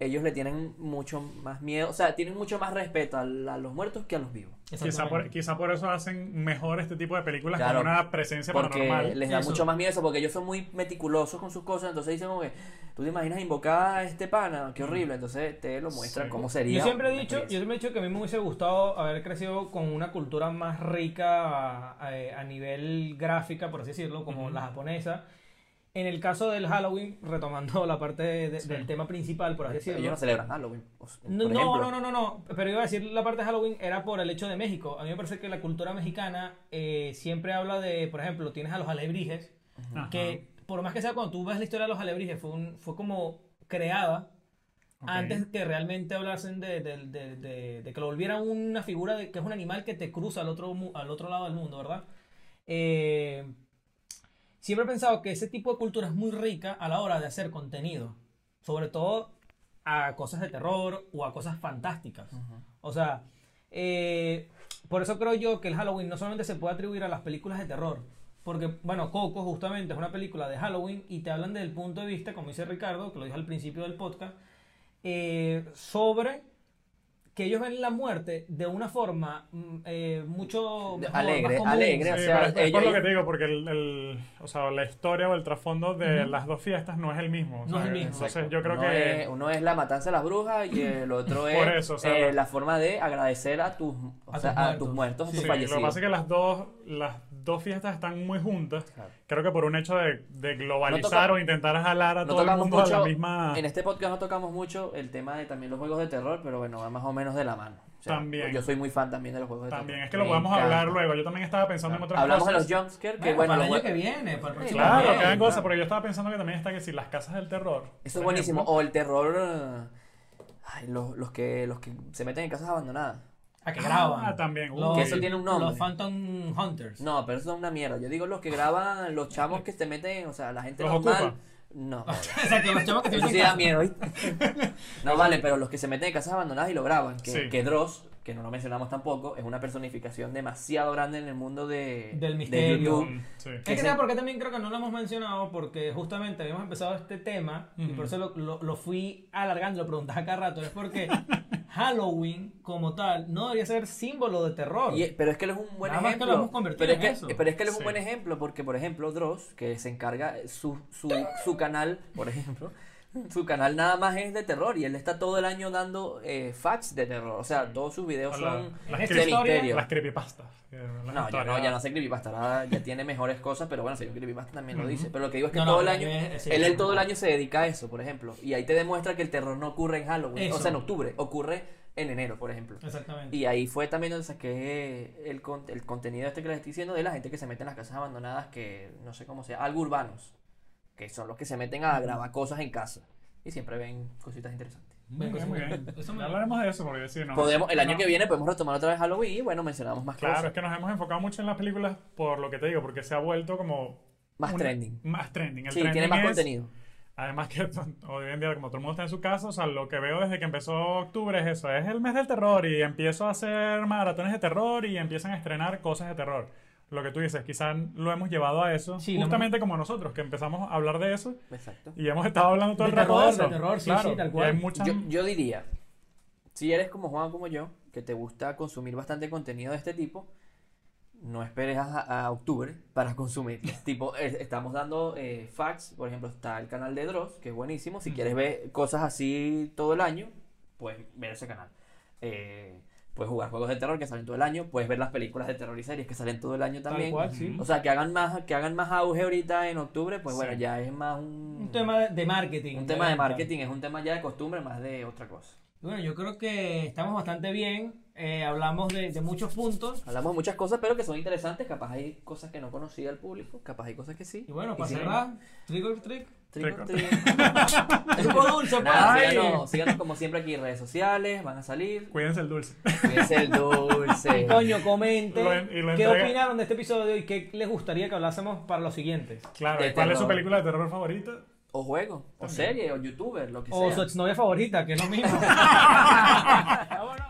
S1: ellos le tienen mucho más miedo, o sea, tienen mucho más respeto a, la- a los muertos que a los vivos.
S3: Quizá por, quizá por eso hacen mejor este tipo de películas
S1: Claro,
S3: con una presencia
S1: Porque
S3: paranormal.
S1: les da
S2: Eso.
S1: mucho más miedo eso, porque ellos son muy meticulosos con sus cosas, entonces dicen como que, tú te imaginas invocar a este pana, qué horrible, entonces te lo muestran
S3: Sí.
S1: cómo sería.
S2: Yo siempre he
S1: una
S2: dicho, yo
S1: experiencia.
S2: siempre he dicho que a mí me hubiese gustado haber crecido con una cultura más rica eh, a, nivel gráfica, por así decirlo, como la japonesa. En el caso del Halloween, retomando la parte de- de-
S3: Sí.
S2: del tema principal, por así
S1: Pero
S2: decirlo.
S1: ellos no celebran Halloween. o sea,
S2: No,
S1: por
S2: no,
S1: ejemplo.
S2: no, no, no, no, pero iba a decir la parte de Halloween era por el hecho de México. A mí me parece que la cultura mexicana eh, siempre habla de, por ejemplo, tienes a los alebrijes,
S3: Ajá.
S2: que por más que sea cuando tú ves la historia de los alebrijes, fue, un- fue como creada
S3: Ok.
S2: antes que realmente hablasen de, de- de- de- de que lo volviera una figura de, que es un animal que te cruza al otro, mu- al otro lado del mundo, ¿verdad? Eh, siempre he pensado que ese tipo de cultura es muy rica a la hora de hacer contenido, sobre todo a cosas de terror o a cosas fantásticas. O sea, eh, por eso creo yo que el Halloween no solamente se puede atribuir a las películas de terror, porque, bueno, Coco justamente es una película de Halloween y te hablan desde el punto de vista, como dice Ricardo, que lo dije al principio del podcast, eh, sobre que ellos ven la muerte de una forma mm, eh, mucho
S1: De-
S2: mejor, más
S1: alegre,
S2: común.
S3: Sí,
S1: alegre. o sea,
S3: pero es- es por
S1: ellos-
S3: lo que te digo, porque el, el- o sea, la historia o el trasfondo de las dos fiestas no es el mismo. o
S2: No es
S3: sea,
S2: el mismo.
S3: Entonces yo creo
S1: uno
S3: que...
S1: Es, uno es la matanza de las brujas y el otro es
S3: Por eso, o sea,
S1: eh,
S3: lo-
S1: la forma de agradecer a tus, o
S2: A
S1: sea,
S2: tus
S1: a tus
S2: muertos.
S1: muertos, a
S3: Sí,
S1: tus
S3: lo que
S1: fallecidos.
S3: pasa es que las dos, las dos fiestas están muy juntas.
S1: Claro.
S3: Creo que por un hecho de, de globalizar
S1: No toca-
S3: o intentar jalar a
S1: No
S3: todo el
S1: tocamos
S3: mundo a la
S1: mucho-
S3: misma...
S1: En este podcast no tocamos mucho el tema de también los juegos de terror, pero bueno, va más o menos de la mano. O sea,
S3: También.
S1: Yo soy muy fan también de los juegos de
S3: También
S1: terror.
S3: es que lo
S1: Me
S3: podemos
S1: encanta.
S3: hablar luego. Yo también estaba pensando en otras
S1: Hablamos de
S3: cosas.
S1: los jumpscares, que
S2: Bueno,
S1: bueno,
S2: para el
S1: los
S2: año
S1: jue-
S2: que viene, para el próximo
S1: Claro,
S3: Claro,
S2: año.
S1: también,
S3: cada
S1: claro.
S3: cosa, porque yo estaba pensando que también está que si las casas del terror.
S1: Eso
S3: por
S1: es buenísimo.
S3: ejemplo.
S1: O el terror. eh, ay, los, los, que, los que se meten en casas abandonadas.
S2: A que
S3: Ah,
S2: graban.
S3: también, Uh, uy.
S2: Los-
S1: Que eso tiene un nombre.
S2: Los Phantom Hunters.
S1: No, pero eso es una mierda. Yo digo los que graban, los chamos que se meten, o sea, la gente
S3: Los
S1: normal.
S3: ocupa.
S1: No.
S2: Ah, Exacto, los chavos que se
S1: Eso sí
S2: meten en
S1: da
S2: casa.
S1: miedo, ¿viste? No vale, pero los que se meten en casas abandonadas y lo graban, que,
S3: Sí.
S1: que Dross, que no lo mencionamos tampoco, es una personificación demasiado grande en el mundo de,
S2: Del
S1: de
S2: misterio.
S1: YouTube.
S3: Mm, sí.
S2: Es
S1: Ese-
S2: que ¿sabes por qué también creo que no lo hemos mencionado? Porque justamente habíamos empezado este tema y
S3: Ujú.
S2: por eso lo, lo- lo fui alargando, lo preguntas a cada rato. Es porque Halloween, como tal, no debería ser símbolo de terror.
S1: Y- pero es que él es un buen
S2: Nada más que
S1: ejemplo.
S2: lo hemos convertido
S1: pero, es
S2: en
S1: que,
S2: eso.
S1: pero es que él es un
S3: Sí.
S1: buen ejemplo porque, por ejemplo, Dross, que se encarga, eh, su, su, su canal, por ejemplo, su canal nada más es de terror y él está todo el año dando eh, facts de terror. O sea, todos sus videos
S3: O la-
S1: son
S3: las
S2: de
S1: de
S3: creepy-
S2: historia,
S1: misterio.
S3: Las creepypastas. que las
S1: No, ya no,
S3: historias-
S1: ya no hace creepypasta, ahora ya tiene mejores cosas, pero bueno, si hay un creepypasta también lo
S3: Ujú.
S1: dice. Pero lo que digo es que
S2: No, no,
S1: todo el
S2: yo-
S1: año,
S2: eh, sí,
S1: él,
S2: sí,
S1: él
S2: sí.
S1: todo el año se dedica a eso, por ejemplo. Y ahí te demuestra que el terror no ocurre en Halloween, o
S2: Eso.
S1: sea, en octubre, ocurre en enero, por ejemplo.
S2: Exactamente.
S1: Y ahí fue también donde saqué el, con- el contenido este que les estoy diciendo de la gente que se mete en las casas abandonadas, que no sé cómo sea, algo urbanos, que son los que se meten a grabar cosas en casa. Y siempre ven cositas interesantes.
S3: Muy bien, muy bien.
S2: Pues, Eso me-
S3: Ya hablaremos de eso porque sí, no.
S1: Podemos, el año
S3: no.
S1: que viene podemos retomar otra vez Halloween y bueno, mencionamos más
S3: Claro,
S1: cosas.
S3: es que nos hemos enfocado mucho en las películas por lo que te digo, porque se ha vuelto como.
S1: Más
S3: un-
S1: trending.
S3: Más trending. El
S1: sí, tiene
S3: trending
S1: más
S3: es-
S1: contenido.
S3: Además, que hoy en día, como todo el mundo está en su casa, o sea, lo que veo desde que empezó octubre es eso: es el mes del terror y empiezo a hacer maratones de terror y empiezan a estrenar cosas de terror. Lo que tú dices, quizás lo hemos llevado a eso,
S2: Sí, lo
S3: justamente como nosotros, que empezamos a hablar de eso
S1: Exacto.
S3: y hemos estado hablando todo
S2: De
S3: el rato
S2: terror,
S3: de eso.
S2: de terror, sí,
S3: Claro,
S2: sí, tal
S3: y
S2: cual.
S3: hay muchas-
S1: Yo, yo diría, si eres como Juan, como yo, que te gusta consumir bastante contenido de este tipo, no esperes a, a octubre para consumirlo. tipo, eh, estamos dando eh, facts, por ejemplo, está el canal de Dross, que es buenísimo. Si quieres ver cosas así todo el año, puedes ver ese canal. Eh, puedes jugar juegos de terror que salen todo el año, puedes ver las películas de terror y series que salen todo el año
S2: Tal
S1: también.
S2: cual, sí.
S1: O sea, que hagan más, que hagan más auge ahorita en octubre, pues bueno,
S3: Sí.
S1: ya es más un,
S2: Un tema de, de marketing.
S1: un tema de
S2: venta.
S1: marketing, es un tema ya de costumbre más de otra cosa.
S2: Bueno, yo creo que estamos bastante bien. eh, hablamos de, de muchos puntos.
S1: Hablamos de muchas cosas, pero que son interesantes. Capaz hay cosas que no conocía el público, capaz hay cosas que sí.
S2: Y bueno,
S1: Y
S2: para
S1: sí.
S2: cerrar, trick or trick.
S1: Trick or
S3: Trick
S1: treat.
S2: Truco dulce,
S1: Nada,
S2: pues.
S1: síganos, síganos como siempre aquí en redes sociales, van a salir.
S3: Cuídense el dulce.
S1: Cuídense el dulce.
S2: Coño, comenten.
S3: Lo en- y lo
S2: ¿Qué
S3: entrega-
S2: opinaron de este episodio y qué les gustaría que hablásemos para los siguientes?
S3: Claro,
S1: De
S3: ¿y ¿cuál es su
S1: terror.
S3: película de terror favorita?
S1: O juego, o
S3: También.
S1: serie, o youtuber, lo que
S2: O
S1: sea.
S2: su exnovia favorita, que es lo mismo. Vámonos.